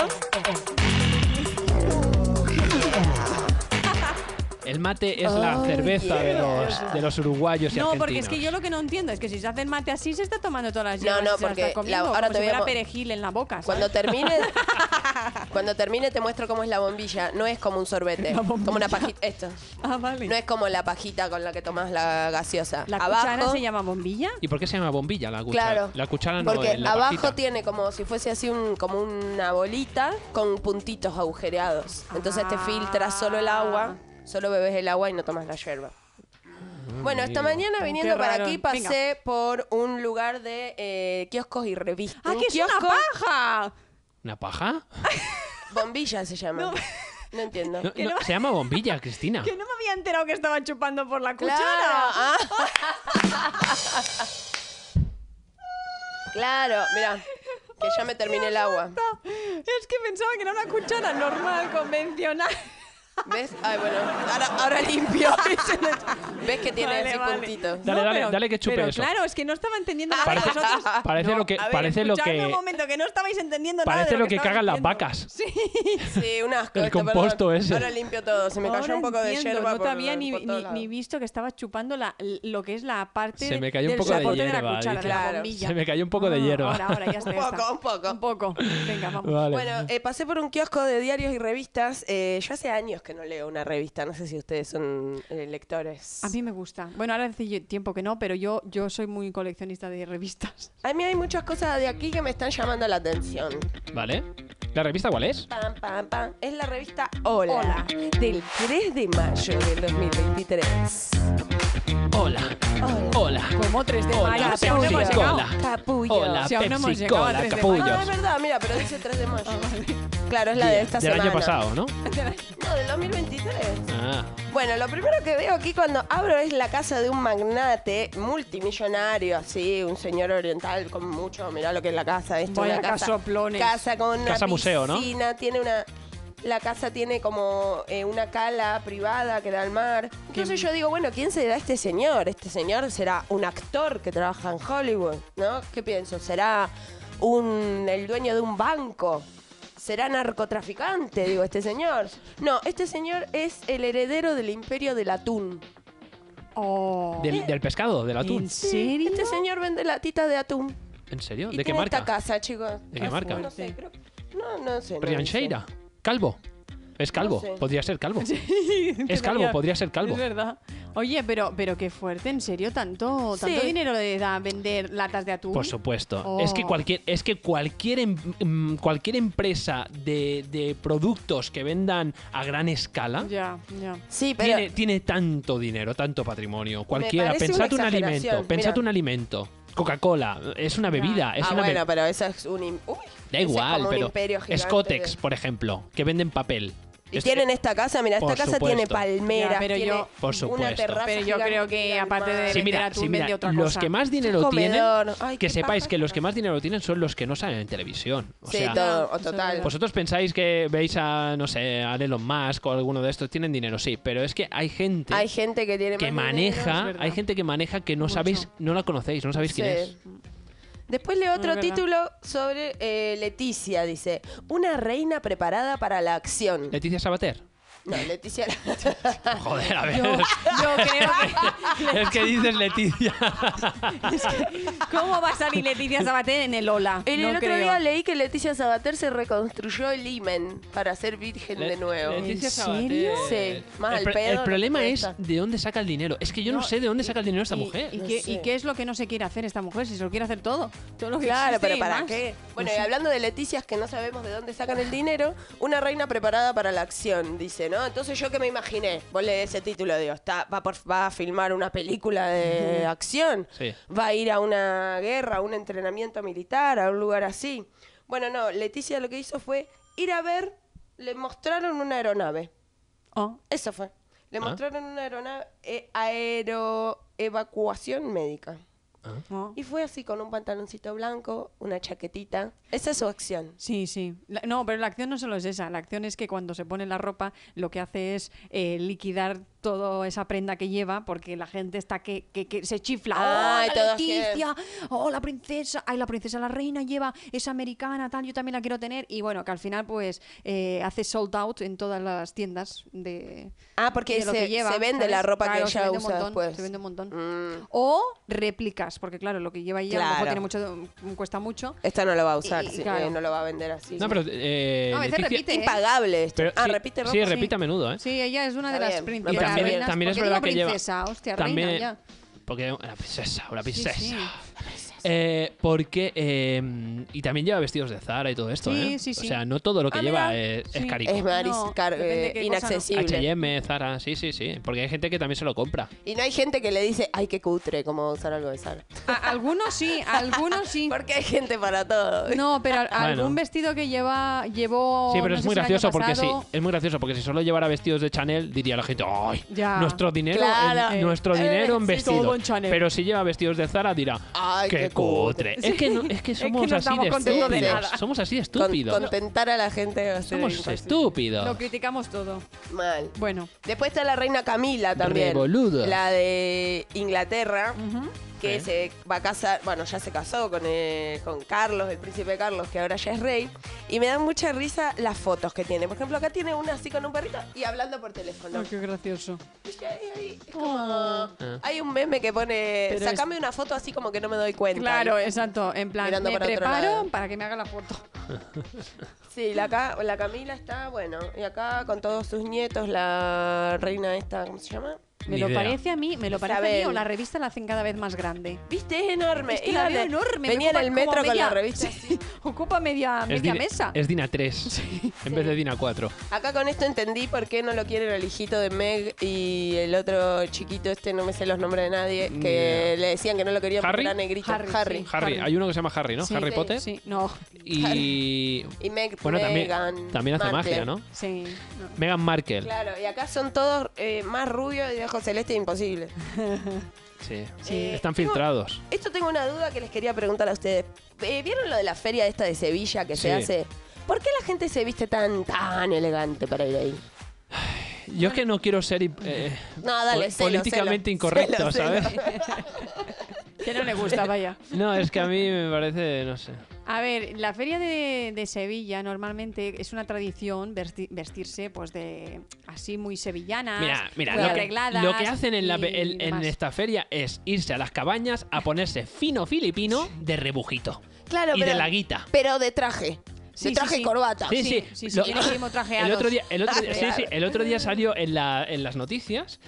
S2: El mate es la cerveza de, los, de los uruguayos y
S3: No,
S2: argentinos.
S3: porque es que yo lo que no entiendo es que si se hace el mate así se está tomando todas las
S4: No,
S3: hierbas.
S4: no,
S3: y se las
S4: porque
S3: está comiendo,
S4: la- ahora
S3: como
S4: te
S3: si
S4: voy a
S3: fuera
S4: mo-
S3: perejil en la boca. ¿sabes?
S4: Cuando termine, cuando termine te muestro cómo es la bombilla. No es como un sorbete,
S3: La
S4: como una
S3: bombilla.
S4: pajita. Esto.
S3: Ah, vale.
S4: No es como la pajita con la que tomas la gaseosa.
S3: La cuchara
S4: abajo,
S3: se llama bombilla.
S2: ¿Y por qué se llama bombilla la cuchara?
S4: claro.
S2: La cuchara no
S4: Porque
S2: en la
S4: abajo
S2: pajita.
S4: tiene como si fuese así un, como una bolita con puntitos agujereados. Entonces te
S3: Ah.
S4: filtras solo el agua, solo bebes el agua y no tomas la yerba. Bueno, esta
S2: Ah, amigo.
S4: mañana
S3: Qué
S4: viniendo para
S3: raro.
S4: aquí pasé por un lugar de eh, kioscos y revistas.
S3: ¡Ah,
S4: Un
S3: que es una
S4: kiosco-
S3: paja!
S2: ¿Una paja?
S4: Bombilla se llama. No, entiendo.
S2: No, no, se llama bombilla, Cristina.
S3: Que no me había enterado que estaba chupando por la cuchara.
S4: Claro. ah. claro, mira, que ya me terminé el agua.
S3: Es que pensaba que era una cuchara normal, convencional.
S4: ¿Ves? Ay, bueno, ahora, ahora limpio. ¿Ves que tiene
S3: Vale,
S4: así
S3: vale.
S4: puntitos?
S2: Dale, dale, dale que chupe
S3: pero
S2: eso.
S3: Claro, es que no estaba entendiendo nada
S2: Parece-
S3: de vosotros.
S2: parece lo que-
S3: a ver,
S2: parece lo
S3: escuchadme
S2: que-
S3: un momento, que no estabais entendiendo nada
S2: Parece
S3: de
S2: lo
S3: lo
S2: que
S3: estabais
S2: cagan las
S3: diciendo.
S2: vacas.
S3: Sí.
S4: Sí, un asco.
S2: El
S4: esto,
S2: composto
S4: perdón.
S2: ese.
S4: Ahora limpio todo. Se me cayó
S3: Ahora
S4: un poco
S3: entiendo,
S4: de yerba.
S3: No
S4: por-
S3: te había ni,
S4: por todos
S3: ni- ni
S4: lados.
S3: visto que estabas chupando la- lo que es la parte
S2: Se me cayó un
S3: del
S2: poco de
S3: soporte
S2: hierba,
S3: la cuchara,
S2: dice.
S3: de la
S4: Claro.
S3: bombilla.
S2: Se me cayó un poco de
S3: Ah,
S2: hierba.
S3: Ahora, ahora, ya está. ya
S4: Un poco,
S3: está.
S4: un poco.
S3: Un poco. Venga, vamos.
S2: Vale.
S4: Bueno, eh, pasé por un kiosco de diarios y revistas. Eh, yo hace años que no leo una revista. No sé si ustedes son eh, lectores.
S3: A mí me gusta. Bueno, ahora hace yo- tiempo que no, pero yo, yo soy muy coleccionista de revistas.
S4: A mí hay muchas cosas de aquí que me están llamando la atención.
S2: ¿Vale? ¿La revista cuál es?
S4: Pam, pam, pam. Es la revista Hola,
S3: Hola.
S4: del 3 de mayo del 2023.
S2: Hola. Hola.
S3: Como 3 de
S2: Hola,
S3: mayo.
S2: Pepsi
S3: si aún no hemos llegado.
S2: Cola.
S4: Capullo.
S2: Hola,
S3: Si aún no hemos
S2: Pepsi
S3: llegado a
S2: Cola,
S3: tres de
S4: Ah, es
S2: capullos.
S4: verdad, mira, pero dice 3 de mayo. Claro, es la de esta
S2: Ah, Del
S4: semana.
S2: año pasado, ¿no?
S4: No, del 2023.
S2: Ah.
S4: Bueno, lo primero que veo aquí cuando abro es la casa de un magnate multimillonario, así, un señor oriental con mucho, mirá lo que es la casa, esto
S3: Vaya
S4: una casa,
S3: casoplones.
S4: casa con una
S2: Casa museo, ¿no?
S4: piscina, tiene una la casa tiene como eh, una cala privada que da al mar. Entonces yo digo, bueno, ¿quién será este señor? Este señor será un actor que trabaja en Hollywood, ¿no? ¿Qué pienso? ¿Será un el dueño de un banco? ¿Será narcotraficante, digo, este señor? No, este señor es el heredero del imperio del atún.
S3: Oh.
S2: Del, del pescado, del atún.
S3: ¿En serio?
S4: Este señor vende latitas de atún.
S2: ¿En serio?
S4: Y
S2: ¿De qué
S4: tiene esta
S2: marca?
S4: casa, chicos.
S2: ¿De qué
S3: Ah,
S2: marca?
S4: No sé, creo... No, no sé. no dice.
S2: Riancheira. Calvo. Es calvo,
S4: No sé.
S2: podría ser calvo.
S3: es
S2: calvo, podría ser calvo.
S3: Es verdad. Oye, pero, pero qué fuerte, en serio, tanto, tanto
S4: Sí.
S3: dinero le da vender latas de atún.
S2: Por supuesto.
S3: Oh.
S2: Es que cualquier, es que cualquier, em- mm, cualquier empresa de, de productos que vendan a gran escala
S3: Ya, ya.
S4: Sí, pero.
S2: tiene, tiene tanto dinero, tanto patrimonio. Cualquiera.
S4: parece
S2: Pensad
S4: una
S2: un
S4: exageración,
S2: alimento. Pensad
S4: mira.
S2: un alimento. Coca-Cola es una bebida. Es
S4: ah,
S2: una be-
S4: bueno, pero esa es un. im- Uy,
S2: Da
S4: ese es
S2: igual,
S4: como un
S2: pero.
S4: imperio gigante
S2: Scotex,
S4: de-
S2: por ejemplo, que venden papel.
S4: Y
S2: Es-
S4: tienen esta casa, mira, esta
S2: Por
S4: casa
S2: supuesto.
S4: tiene palmeras,
S3: Ya, pero
S4: tiene
S3: yo-
S2: Por
S4: una
S2: supuesto.
S4: terraza
S3: Pero yo
S4: gigante
S3: creo que
S4: al
S3: aparte de-
S4: mar.
S2: Sí,
S3: vender
S2: mira,
S3: atún,
S2: sí, mira,
S3: vende otra
S2: los
S3: cosa.
S2: que más dinero tienen,
S4: Comedor. Ay,
S2: que
S4: qué
S2: sepáis
S4: paja.
S2: que los que más dinero tienen son los que no salen en televisión. O
S4: Sí,
S2: sea,
S4: todo,
S3: eso es
S4: total.
S3: verdad.
S2: Vosotros pensáis que veis a, no sé, a Elon Musk o alguno de estos, tienen dinero, sí, pero es que hay gente
S4: Hay gente que tiene
S2: que
S4: más
S2: maneja,
S4: dinero.
S3: verdad.
S2: hay gente que maneja que no
S3: Mucho.
S2: sabéis, no la conocéis, no sabéis quién
S4: Sí. Después leo otro
S3: Es verdad.
S4: título sobre eh, Leticia, dice, una reina preparada para la acción.
S2: es. Leticia Sabater.
S4: no, Leticia... Ah.
S2: Joder, a ver.
S3: Yo, yo creo que...
S2: Es que dices Leticia.
S3: ¿Cómo va a salir Leticia Sabater en el Ola?
S4: En
S3: No
S4: el otro
S3: creo.
S4: día leí que Leticia Sabater se reconstruyó el imen para ser virgen de nuevo.
S2: Leticia
S3: ¿En serio?
S2: Sabater.
S4: Sí, más
S2: el,
S4: al
S2: pro-
S4: pedo
S2: el
S4: no
S2: problema
S4: puede
S2: es
S4: estar.
S2: de dónde saca el dinero. Es que yo no,
S3: No,
S2: sé de dónde
S3: y-
S2: saca el dinero esta
S3: y-
S2: mujer.
S3: ¿y
S4: No
S3: qué,
S4: sé.
S3: y qué es lo que no se quiere hacer esta mujer? Si se lo quiere hacer todo. Todo lo que
S4: Claro,
S3: existe
S4: pero
S3: y
S4: ¿para
S3: más.
S4: qué? Bueno,
S3: No
S4: y
S3: sé.
S4: hablando de Leticias que no sabemos de dónde sacan el dinero, una reina preparada para la acción, dice, ¿no? Entonces yo que me imaginé, vos lees ese título, digo, está, va, por- va a filmar una película de acción,
S2: Sí.
S4: va a ir a una guerra, a un entrenamiento militar, a un lugar así. Bueno, no, Leticia lo que hizo fue ir a ver, le mostraron una aeronave.
S3: Oh,
S4: Eso fue. Le
S2: Ah.
S4: mostraron una aeronave, eh, aeroevacuación médica.
S3: oh.
S4: Y fue así con un pantaloncito blanco, una chaquetita. Esa es su acción.
S3: Sí, sí. La- no, pero la acción no solo es esa. La acción es que cuando se pone la ropa, lo que hace es eh, liquidar toda esa prenda que lleva, porque la gente está que, que- que se chifla.
S4: Ay,
S3: ¡Oh, la
S4: todos
S3: Leticia! ¡Oh, la princesa! ¡Ay, la princesa, la reina lleva! Es americana, tal, yo también la quiero tener. Y bueno, que al final, pues, eh, hace sold out en todas las tiendas de.
S4: Ah, porque
S3: de lo
S4: se,
S3: que lleva,
S4: se vende la
S3: ¿sabes?
S4: ropa
S3: Claro,
S4: que
S3: se
S4: ella
S3: vende un
S4: usa
S3: montón,
S4: después.
S3: Se vende un montón.
S4: Mm,
S3: O réplicas, porque claro, lo que lleva ella a lo
S4: Claro.
S3: mejor tiene mucho, cuesta mucho.
S4: esta no la va a usar,
S3: Y-
S4: sí,
S3: claro.
S4: eh, no la va a vender así.
S2: No, pero. eh,
S3: No, a veces
S2: Leticia-
S3: repite, ¿eh?
S4: Impagable esto.
S2: Pero
S4: ah,
S2: sí,
S4: repite ropa.
S2: Sí, repite a menudo, ¿eh?
S3: Sí, ella es una de
S4: Está
S3: las
S4: bien, me
S2: Y
S4: Pero
S3: principales.
S2: también,
S4: reinas,
S2: también es verdad que lleva.
S3: princesa, hostia,
S2: también,
S3: reina ya.
S2: Porque una princesa, una
S3: Sí,
S2: princesa.
S3: sí.
S2: Eh, porque. eh, y también lleva vestidos de Zara y todo esto,
S3: Sí,
S2: ¿eh?
S3: sí, sí.
S2: O sea, no todo lo que
S3: Ah,
S2: lleva
S3: mira.
S2: es, es
S3: Sí.
S2: carico.
S4: Es Maris
S3: No,
S4: car-
S3: depende de
S4: eh,
S3: qué cosa, ¿no?
S4: inaccesible.
S2: HM, Zara, sí, sí, sí. Porque hay gente que también se lo compra.
S4: Y no hay gente que le dice, ay, qué cutre, como usar algo de Sara.
S3: A- algunos sí, algunos sí.
S4: Porque hay gente para todo.
S3: No, pero al- algún
S2: Bueno.
S3: vestido que lleva llevó
S2: Sí, pero
S3: Oh, no
S2: es
S3: sé
S2: muy
S3: si el año
S2: gracioso porque sí.
S3: pasado.
S2: Es muy gracioso porque si solo llevara vestidos de Chanel, diría la gente, ¡ay!
S3: Ya.
S2: Nuestro dinero,
S4: Claro.
S2: en, nuestro
S4: Eh,
S2: dinero en
S4: sí,
S3: todo
S2: vestidos.
S3: en Chanel.
S2: Pero si lleva vestidos de Zara, dirá,
S4: Ay,
S2: ¡qué,
S4: qué
S2: cutre!
S4: cutre.
S2: Es que, no- es que
S3: Es que
S2: somos
S3: no
S2: así
S3: estamos
S2: de
S3: contentos
S4: de
S2: estúpidos.
S3: nada.
S2: Somos así de
S4: Con-
S2: estúpidos.
S4: contentar a la gente va a ser
S2: Somos
S4: imposible.
S2: estúpidos.
S3: Lo criticamos todo.
S4: Mal.
S3: Bueno,
S4: Después está la reina Camila también.
S2: Revoluda.
S4: La de Inglaterra, que
S2: Sí.
S4: se va a casar, bueno, ya se casó con, eh, con Carlos, el príncipe Carlos, que ahora ya es rey. Y me dan mucha risa las fotos que tiene. Por ejemplo, acá tiene una así con un perrito y hablando por teléfono.
S3: oh, qué gracioso.
S4: Y ahí- ahí es como- Hay un meme que pone,
S3: Pero es-
S4: sacame una foto así como que no me doy cuenta.
S3: Claro, exacto. En plan,
S4: Mirando
S3: me
S4: para otro
S3: preparo
S4: lado.
S3: para que me haga la foto.
S4: Sí, la, ca- la Camila está, bueno, y acá con todos sus nietos, la reina esta, ¿cómo se llama?
S3: Me
S2: Ni
S3: lo
S2: idea.
S3: parece a mí, me lo parece a mí
S4: Isabel.
S3: o la revista la hacen cada vez más grande.
S4: Viste, es enorme.
S3: Es que
S4: Iba
S3: la
S4: en
S3: veo
S4: el-
S3: enorme. me
S4: Venía en
S3: ocupa
S4: el metro
S3: como
S4: con la
S3: media-
S4: revista.
S3: Sí, ocupa media,
S2: es,
S3: media
S2: Dina-
S3: mesa.
S2: es Dina 3 en vez de Dina 4.
S4: Acá con esto entendí por qué no lo quieren el hijito de Meg y el otro chiquito, este no me sé los nombres de nadie,
S2: Ni
S4: que
S2: idea.
S4: le decían que no lo querían
S2: ¿Harry?
S4: porque era negrito.
S3: Harry,
S4: Harry.
S3: sí.
S2: Harry,
S3: Harry.
S2: hay uno que se llama Harry, ¿no?
S3: Sí.
S2: Harry Potter.
S3: Sí, no.
S2: Y.
S4: Y Meg
S2: Bueno, también,
S4: Meghan
S2: también hace
S4: Markle.
S2: magia, ¿no?
S3: Sí. no.
S2: Meghan Markle.
S4: Claro, y acá son todos eh, más rubios y de ojos celeste imposible.
S2: Sí.
S4: Eh,
S2: Están
S4: tengo-
S2: filtrados.
S4: Esto tengo una duda que les quería preguntar a ustedes. Eh, ¿Vieron lo de la feria esta de Sevilla que
S2: Sí.
S4: se hace? ¿Por qué la gente se viste tan, tan elegante para ir ahí?
S2: Yo es que no quiero ser eh,
S4: No, dale,
S2: pol-
S4: celo,
S2: políticamente
S4: celo.
S2: incorrecto,
S4: Celo, celo.
S2: ¿sabes?
S3: Que no le gusta, vaya.
S2: No, es que a mí me parece, no sé.
S3: A ver, la feria de, de Sevilla normalmente es una tradición versti- vestirse pues de así muy sevillanas,
S2: Mira, mira,
S3: muy
S2: lo que,
S3: arregladas.
S2: lo que hacen en, la, en,
S3: y
S2: este- en
S3: demás.
S2: esta feria es irse a las cabañas a ponerse fino filipino de rebujito
S4: Claro,
S2: y
S4: pero,
S2: de laguita.
S4: pero de traje.
S3: Sí,
S4: de
S3: sí,
S4: traje
S3: sí.
S4: y corbata.
S3: Sí, sí, sí, tiene que ir trajeados.
S2: el otro día, el otro día- sí, sí,
S4: Trajeados.
S2: el otro día salió en, la- en las noticias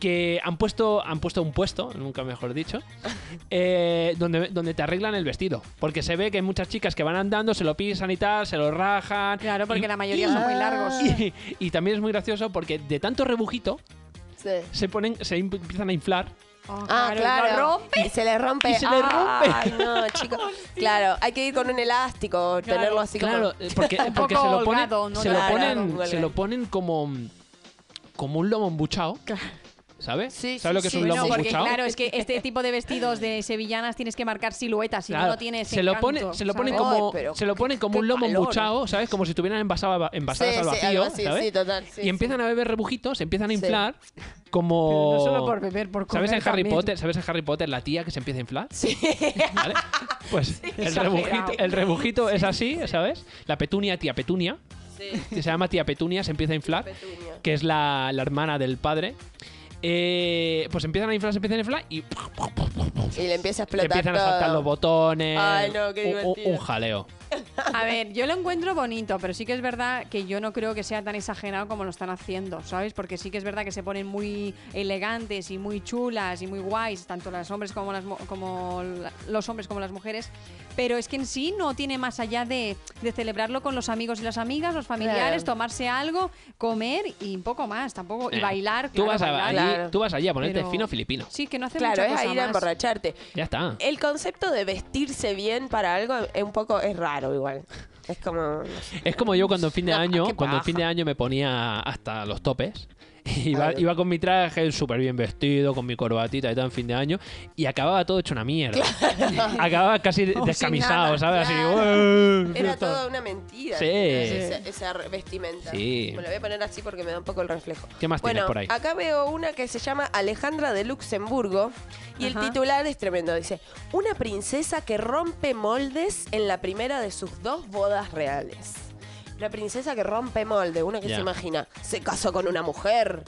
S2: que han puesto, han puesto un puesto, nunca mejor dicho, eh, donde, donde te arreglan el vestido. Porque se ve que hay muchas chicas que van andando, se lo pisan y tal, se lo rajan.
S3: Claro, porque
S2: Y-
S3: la mayoría son muy largos.
S2: y, y también es muy gracioso porque de tanto rebujito
S4: Sí.
S2: se ponen, se imp- empiezan a inflar.
S3: Oh,
S4: Ah,
S3: y
S4: claro.
S3: lo rompe.
S4: Y se le rompe.
S2: Y se le rompe.
S4: Ay, no, chicos. Claro, hay que ir con un elástico, tenerlo así
S2: Claro,
S4: como...
S2: eh, porque,
S3: Un
S2: porque
S3: poco
S2: se lo ponen,
S3: holgado, ¿no?
S2: se, lo
S4: Claro,
S2: ponen
S4: holgado.
S2: se lo ponen como, como un lomo embuchado, ¿sabes?
S4: Sí,
S2: ¿Sabes lo que
S4: sí,
S2: es un
S4: sí,
S2: lomo
S4: no,
S3: porque
S2: embuchado?
S3: claro, es que este tipo de vestidos de sevillanas tienes que marcar siluetas, si no,
S2: Claro,
S3: no tienes
S2: se lo
S3: pone
S2: pone, se lo ponen
S4: ¿sabes?
S2: como,
S4: Ay, pero
S2: se lo ponen como
S4: qué
S2: un lomo
S4: calor.
S2: embuchado, ¿sabes? Como si estuvieran envasada- envasadas
S4: Sí,
S2: al
S4: sí,
S2: vacío,
S4: algo así,
S2: ¿sabes?
S4: sí, total, sí,
S2: y empiezan a beber rebujitos, se empiezan a
S4: Sí.
S2: inflar como
S3: no solo por beber, por comer
S2: ¿Sabes en Harry
S3: también.
S2: Potter, sabes en Harry Potter la tía que se empieza a inflar?
S4: Sí.
S2: ¿Vale? Pues el
S3: exagerado.
S2: rebujito, el rebujito es así, ¿sabes? La Petunia, tía Petunia, que se llama tía Petunia, se empieza a inflar,
S4: Petunia.
S2: que es la, la hermana del padre. Eh, pues empiezan a inflar, se empiezan a inflar y
S4: Y le empieza a
S2: le
S4: explotar
S2: empiezan a saltar
S4: todo.
S2: los botones.
S4: Ay, no, qué
S2: un- un-
S4: divertido.
S2: un jaleo.
S3: A ver, yo lo encuentro bonito, pero sí que es verdad que yo no creo que sea tan exagerado como lo están haciendo, ¿sabes? Porque sí que es verdad que se ponen muy elegantes y muy chulas y muy guays, tanto los hombres como las mu- como la- los hombres como las mujeres, pero es que en sí no tiene más allá de, de celebrarlo con los amigos y las amigas, los familiares,
S4: Claro.
S3: tomarse algo, comer y un poco más, tampoco y
S2: Eh,
S3: bailar,
S2: Tú,
S3: claro,
S2: vas a,
S3: bailar.
S2: allí,
S4: claro.
S2: tú vas allí a ponerte
S3: Pero-
S2: fino filipino.
S3: Sí, que no hace
S4: Claro,
S3: mucha
S4: es
S3: cosa
S4: a ir a
S3: más.
S4: emborracharte.
S2: Ya está.
S4: El concepto de vestirse bien para algo es un poco es raro igual. Es como
S2: Es como yo cuando en fin de
S4: Ah,
S2: año,
S4: qué
S2: cuando en
S4: paja.
S2: fin de año me ponía hasta los topes. Iba,
S4: Claro.
S2: iba con mi traje súper bien vestido, con mi corbatita y tal en fin de año, y acababa todo hecho una mierda. Acababa casi
S3: sin
S2: descamisado,
S3: nada,
S2: ¿sabes? Así. "Ué".
S4: era toda una mentira.
S2: Sí.
S4: al final, Esa, esa vestimenta.
S2: Sí.
S4: Me lo voy a poner así porque me da un poco el reflejo.
S2: ¿Qué más
S4: bueno,
S2: tienes por ahí?
S4: Acá veo una que se llama Alejandra de Luxemburgo y el
S3: Ajá.
S4: titular es tremendo. Dice, una princesa que rompe moldes en la primera de sus dos bodas reales. La princesa que rompe molde, una que
S2: Ya.
S4: se imagina, se casó con una mujer.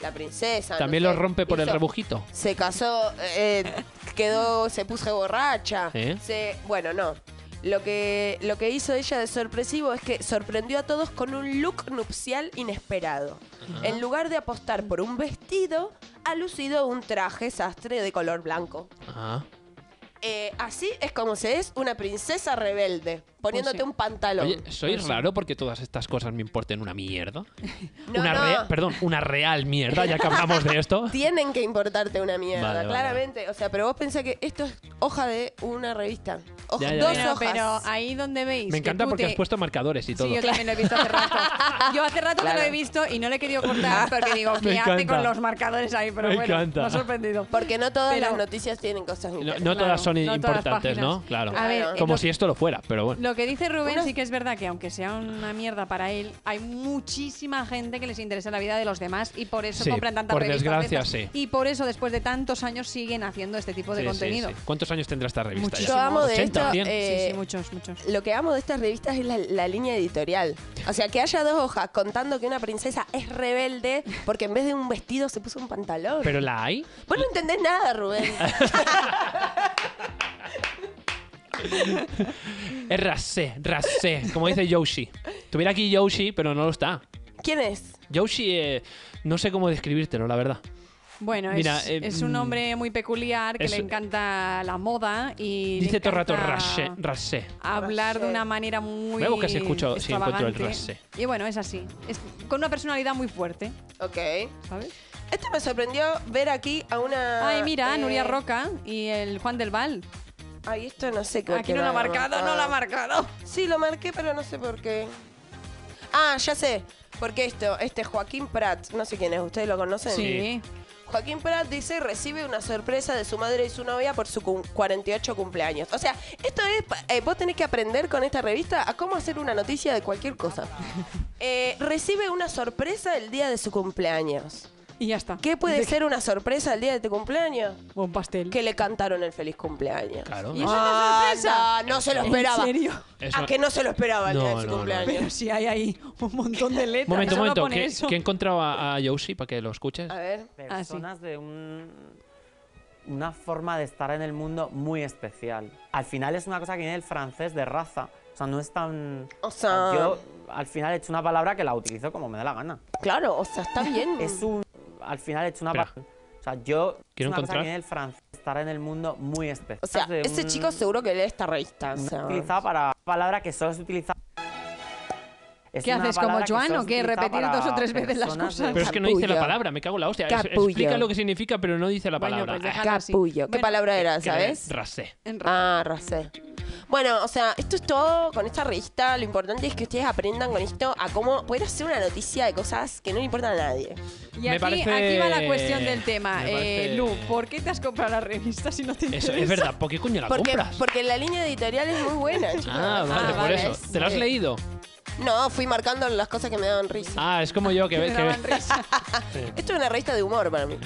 S4: La princesa. no
S2: También
S4: sé,
S2: lo rompe por el
S4: hizo-
S2: rebujito.
S4: se casó, eh, quedó, se puso borracha.
S2: ¿Eh?
S4: Se, bueno, no. Lo que, lo que hizo ella de sorpresivo es que sorprendió a todos con un look nupcial inesperado. En lugar de apostar por un vestido, ha lucido un traje sastre de color blanco.
S2: Ah.
S4: Eh, así es como se es una princesa rebelde, poniéndote
S3: sí.
S4: un pantalón.
S2: Oye, soy raro porque todas estas cosas me importen una mierda.
S4: No,
S2: una
S4: no.
S2: rea- perdón, una real mierda, ya que hablamos de esto.
S4: Tienen que importarte una mierda,
S2: Vale, vale,
S4: claramente. O sea, pero vos pensás que esto es hoja de una revista. Hoja-
S2: Ya, ya,
S4: dos
S2: ya.
S3: Bueno,
S4: hojas.
S3: pero ahí donde veis.
S2: Me
S3: que
S2: encanta
S3: tú
S2: porque
S3: te-
S2: has puesto marcadores y todo.
S3: Sí, yo también lo he visto hace rato. Yo hace rato que
S4: Claro.
S3: lo he visto y no le he querido cortar porque digo,
S2: Me
S3: ¿qué hace
S2: encanta.
S3: con los marcadores ahí? Pero
S2: Me
S3: bueno,
S2: encanta.
S3: me ha sorprendido.
S4: Porque no todas
S3: Pero-
S4: las noticias tienen cosas
S2: No,
S4: interesantes.
S2: no todas son
S3: no todas
S2: importantes,
S3: páginas.
S2: ¿no? Claro.
S3: A ver,
S4: Claro.
S3: eh,
S2: Como
S3: lo-
S2: si esto lo fuera, pero bueno.
S3: Lo que dice Rubén
S4: Una-
S3: sí que es verdad que aunque sea una mierda para él, hay muchísima gente que les interesa la vida de los demás y por eso
S2: Sí,
S3: compran tantas
S2: por
S3: revistas.
S2: desgracia,
S3: de
S2: sí.
S3: estas. Y por eso después de tantos años siguen haciendo este tipo
S2: Sí,
S3: de
S2: sí,
S3: contenido.
S2: sí. ¿Cuántos años tendrá esta revista? ya?
S4: Yo amo de
S2: 80,
S4: esto,
S2: 100.
S4: eh,
S3: Sí, sí, muchos, muchos.
S4: Lo que amo de estas revistas es la, la línea editorial. O sea, que haya dos hojas contando que una princesa es rebelde porque en vez de un vestido se puso un pantalón.
S2: Pero la hay.
S4: Vos no entendés nada, Rubén.
S2: Es rasé, rasé, como dice Yoshi. Tuviera aquí Yoshi, pero no lo está.
S4: ¿Quién es?
S2: Yoshi, eh, no sé cómo describírtelo, la verdad.
S3: Bueno, es-
S2: Mira,
S3: es,
S2: eh,
S3: un
S2: mm,
S3: hombre muy peculiar que
S2: es-
S3: le encanta la moda y. le
S2: Dice todo el rato
S3: encanta-
S2: rasé, rasé.
S3: hablar de una manera muy
S2: Voy a buscar si escucho- si encuentro el
S3: extravagante.
S2: rasé.
S3: Y bueno, es así. Es con una personalidad muy fuerte,
S4: Ok.
S3: ¿sabes?
S4: Esto me sorprendió ver aquí a una...
S3: Ay, mira,
S4: eh,
S3: Nuria Roca y el Juan del Val.
S4: Ay, esto no sé qué.
S3: Aquí
S4: qué
S3: no lo ha
S4: va,
S3: marcado, no lo ha
S4: ah.
S3: marcado.
S4: Sí, lo marqué, pero no sé por qué. Ah, ya sé. Porque esto, este Joaquín Prat, no sé quién es, ¿ustedes lo conocen?
S3: Sí.
S4: Joaquín Prat dice recibe una sorpresa de su madre y su novia por su cum- 48 cumpleaños. O sea, esto es, pa- eh, vos tenés que aprender con esta revista a cómo hacer una noticia de cualquier cosa. Eh, recibe una sorpresa el día de su cumpleaños.
S3: Y ya está.
S4: ¿Qué puede ser una sorpresa el día de tu cumpleaños?
S3: Buen pastel.
S4: Que le cantaron el feliz cumpleaños.
S2: Claro. Ah,
S3: ¿Y eso es una sorpresa?
S4: Anda, no se lo
S3: ¿En
S4: esperaba.
S3: serio?
S2: Eso-
S4: A que no se lo esperaba el
S2: No,
S4: día de
S2: no,
S4: su
S2: no.
S4: cumpleaños.
S3: Pero si hay ahí un montón de letras.
S2: Momento,
S3: solo
S2: momento.
S3: pone
S2: ¿Qué,
S3: eso.
S2: qué he encontrado a, a Yoshi para que lo escuches?
S4: A ver.
S3: Ah, sí.
S6: personas de un- una forma de estar en el mundo muy especial. Al final es una cosa que viene del francés de raza, O sea, no es tan...
S4: O sea-
S6: Yo al final he hecho una palabra que la utilizo como me da la gana.
S4: Claro, o sea, está bien.
S6: Es un... Al final he hecho una
S2: Espera.
S6: palabra... O sea, yo...
S2: Quiero
S6: es una cosa
S2: encontrar.
S6: que viene del francés. Estar en el mundo muy especial.
S4: O sea, ese chico seguro que lee esta revista. O sea.
S6: utilizado para una palabra que solo se utiliza... Es
S3: ¿Qué
S6: una
S3: haces, como
S6: palabra que
S3: Joan,
S6: solo
S3: o
S6: se
S3: qué?
S6: utiliza
S3: ¿Repetir
S6: para
S3: dos o tres veces las
S6: personas de-
S3: cosas?
S2: Pero es que no dice la
S4: Capullo.
S2: palabra, me cago en la hostia. Es-
S4: Capullo.
S2: Explica lo que significa, pero no dice la
S3: Bueno,
S2: palabra.
S3: pues
S2: Ah,
S3: déjalo así.
S4: Capullo. ¿Qué
S3: Bueno,
S4: palabra era,
S2: que
S4: sabes?
S2: Rasé.
S3: en ra-
S4: Ah, rasé. Bueno, o sea, esto es todo con esta revista. Lo importante es que ustedes aprendan con esto a cómo poder hacer una noticia de cosas que no le importan a nadie.
S3: Y
S2: me
S3: aquí,
S2: parece-
S3: aquí va la cuestión del tema.
S2: me parece-
S3: Eh, Lu, ¿por qué te has comprado la revista si no te
S2: Eso
S3: interesa?
S2: es verdad, ¿por qué coño la
S4: Porque,
S2: compras?
S4: porque la línea editorial es muy buena, chicos.
S2: Ah, vale,
S3: Ah,
S2: por
S3: vale,
S2: eso.
S4: es-
S2: ¿Te lo has
S4: sí.
S2: leído?
S4: No, fui marcando las cosas que me daban risa.
S2: Ah, es como yo que
S3: Me
S2: ves que
S3: daban risa.
S4: Esto es una revista de humor para mí.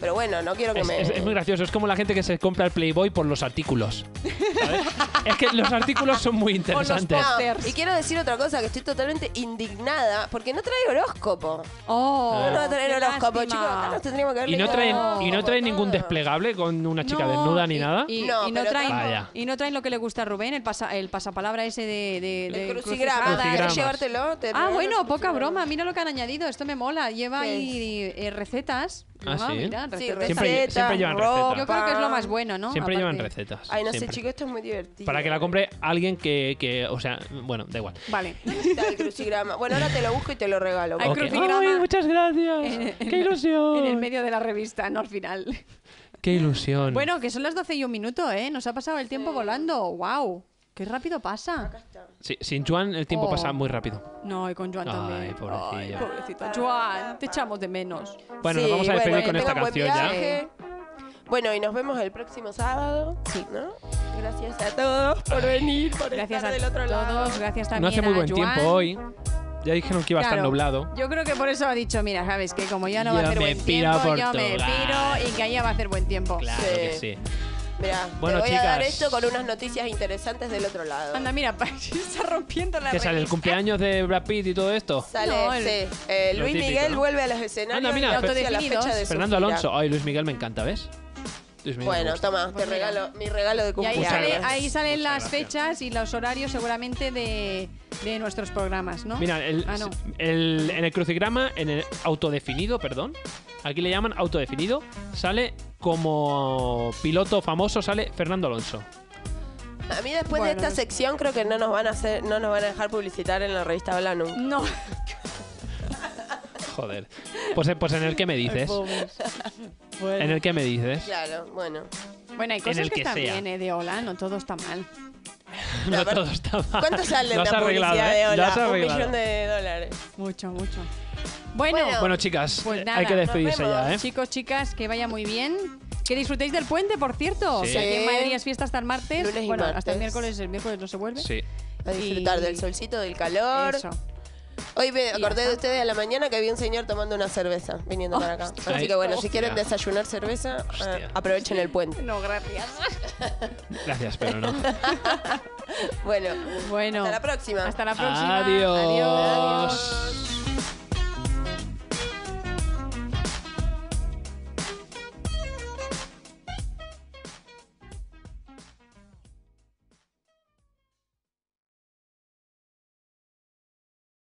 S4: Pero bueno, no quiero que
S2: Es,
S4: me.
S2: es- es muy gracioso, es como la gente que se compra el Playboy por los artículos. ¿sabes? es que los artículos son muy
S3: los
S2: interesantes.
S3: posts.
S4: Ah,
S3: Posters.
S4: y quiero decir otra cosa, que estoy totalmente indignada porque no trae horóscopo.
S3: Oh,
S4: No, no
S3: qué
S4: trae horóscopo,
S3: lástima.
S4: chicos. Acá nos tendríamos que haber
S2: Ah. Y no
S4: leído
S2: traen,
S4: horóscopo,
S2: y no traen ningún
S4: todo.
S2: desplegable con una chica
S3: No,
S2: desnuda ni
S3: y-
S2: nada.
S3: Y,
S4: No,
S3: y no
S4: pero
S3: traen,
S2: Vaya.
S3: y no traen lo que le gusta a Rubén, el, pasa, el pasapalabra ese de, de,
S4: El
S3: de
S4: crucigrama,
S3: crucigramas.
S2: crucigrama.
S4: ¿querés llevártelo? Ah, Te
S3: Eh, Ah,
S4: regalo
S3: bueno,
S4: el
S3: poca
S4: crucigrama.
S3: broma. Mira lo que han añadido. Esto me mola. Lleva
S4: ¿Qué
S3: ahí eh, recetas.
S2: Ah, ¿sí?
S3: mira,
S2: Sí,
S4: Sí,
S3: recetas.
S2: Siempre-
S4: recetas,
S2: siempre llevan
S4: ropa.
S2: recetas.
S3: Yo creo que es lo más bueno, ¿no?
S2: Siempre llevan
S3: Aparte.
S2: recetas.
S4: Ay, no sé,
S2: siempre.
S4: chico, esto es muy divertido.
S2: Para que
S3: eh.
S2: la compre alguien que, que, o sea, bueno, da igual.
S3: Vale.
S4: Está el crucigrama. Bueno, ahora te lo busco y te lo regalo.
S2: Ok.
S3: Hay
S4: porque-
S3: crucigrama.
S2: Ay, muchas gracias. Qué ilusión.
S3: En el medio de la revista, no al final.
S2: Qué ilusión.
S3: Bueno, que son las 12 y un minuto, ¿eh? Nos ha pasado el tiempo volando. ¡Wow! ¡Qué rápido pasa!
S2: Sí, sin Juan el tiempo
S3: Oh.
S2: pasa muy rápido.
S3: No, y con Joan
S2: Ay,
S3: también.
S2: pobrecillo.
S3: Ay, pobrecito. Joan, te echamos de menos.
S2: Bueno,
S4: Sí,
S2: nos vamos a despedir
S4: bueno,
S2: con
S4: que
S2: esta
S4: tengan buen
S2: canción ya.
S4: viaje. Bueno, y nos vemos el próximo sábado.
S3: Sí.
S4: ¿no? Gracias a todos por venir, por
S3: Gracias
S4: estar
S3: a
S4: del otro lado.
S3: todos. Gracias también
S2: No hace muy
S3: a
S2: buen
S3: Joan.
S2: tiempo hoy. Ya dijeron que iba a estar
S3: Claro,
S2: nublado.
S3: Yo creo que por eso ha dicho, mira, sabes que como ya no va a
S2: Yo
S3: hacer
S2: me
S3: buen
S2: piro a
S3: tiempo, yo me
S2: Portugal.
S3: piro y que allá va a hacer buen tiempo.
S2: Claro
S4: Sí.
S2: que sí.
S4: Mira,
S2: Bueno,
S4: te voy a dar
S2: chicas.
S4: esto con unas noticias interesantes del otro lado.
S3: Anda, mira, pa- se está rompiendo la
S2: ¿Qué sale? ¿El
S3: revista.
S2: cumpleaños de Brad Pitt y todo esto?
S4: Sale,
S3: No, el-
S4: sí. Eh,
S2: Lo
S4: Luis
S2: típico,
S4: Miguel
S2: ¿no?
S4: vuelve a los escenarios
S2: Anda, mira,
S4: y anuncia la
S3: Autodefinidos.
S4: fecha de su
S2: Fernando
S4: gira.
S2: Alonso. Ay, Luis Miguel me encanta, ¿ves? Luis Miguel me
S4: Bueno,
S2: gusta.
S4: toma, te
S3: Pues mira.
S4: regalo mi regalo
S3: Y
S4: de
S3: ahí,
S4: cumpleaños.
S2: Muchas
S3: sale-
S2: gracias.
S3: ahí salen
S2: Muchas
S3: las
S2: gracias.
S3: fechas y los horarios seguramente de, de nuestros programas, ¿no?
S2: Mira, el,
S3: Ah, no.
S2: el- en el crucigrama, en el autodefinido, perdón, aquí le llaman autodefinido, sale como piloto famoso, sale Fernando Alonso.
S4: A mí después de
S3: Bueno,
S4: esta
S3: no-
S4: sección creo que no nos van a hacer, no nos van a dejar publicitar en la revista Hola nunca.
S3: No.
S2: Joder. Pues, eh, pues en el que me dices. En el que me dices.
S4: Claro, bueno.
S3: Bueno, hay cosas
S2: el
S3: que,
S2: que
S3: están
S2: sea.
S3: bien, ¿eh? De hola, no todo está mal.
S2: No
S4: A ver,
S2: todo está mal.
S4: ¿Cuánto sale
S2: Lo has
S4: la
S2: arreglado,
S4: publicidad
S2: ¿eh?
S4: de
S2: Lo
S4: Hola?
S2: has
S4: Un
S2: arreglado.
S4: millón de dólares.
S3: Mucho, mucho. Bueno,
S4: Bueno,
S2: Bueno, chicas,
S3: Pues
S2: eh,
S3: nada,
S2: hay que
S3: nos
S2: despedirse ya, ¿eh?
S3: chicos, chicas, que vaya muy bien. Que disfrutéis del puente, por cierto.
S2: Sí.
S3: Que aquí en Madrid es fiesta hasta el martes.
S4: Lunes y
S3: bueno, hasta el
S4: martes.
S3: miércoles. El miércoles no se vuelve.
S2: Sí.
S4: A disfrutar del solcito, del calor.
S3: Eso.
S4: Hoy me acordé
S3: ajá.
S4: de ustedes a la mañana que había un señor tomando una cerveza viniendo para acá.
S2: hostia.
S4: Así que bueno, si
S2: Hostia.
S4: quieren desayunar cerveza, eh,
S2: Hostia.
S4: aprovechen el puente.
S3: No, gracias.
S2: Gracias, pero no.
S4: Bueno,
S3: Bueno.
S4: hasta la próxima.
S3: Hasta la próxima.
S2: Adiós.
S3: Adiós.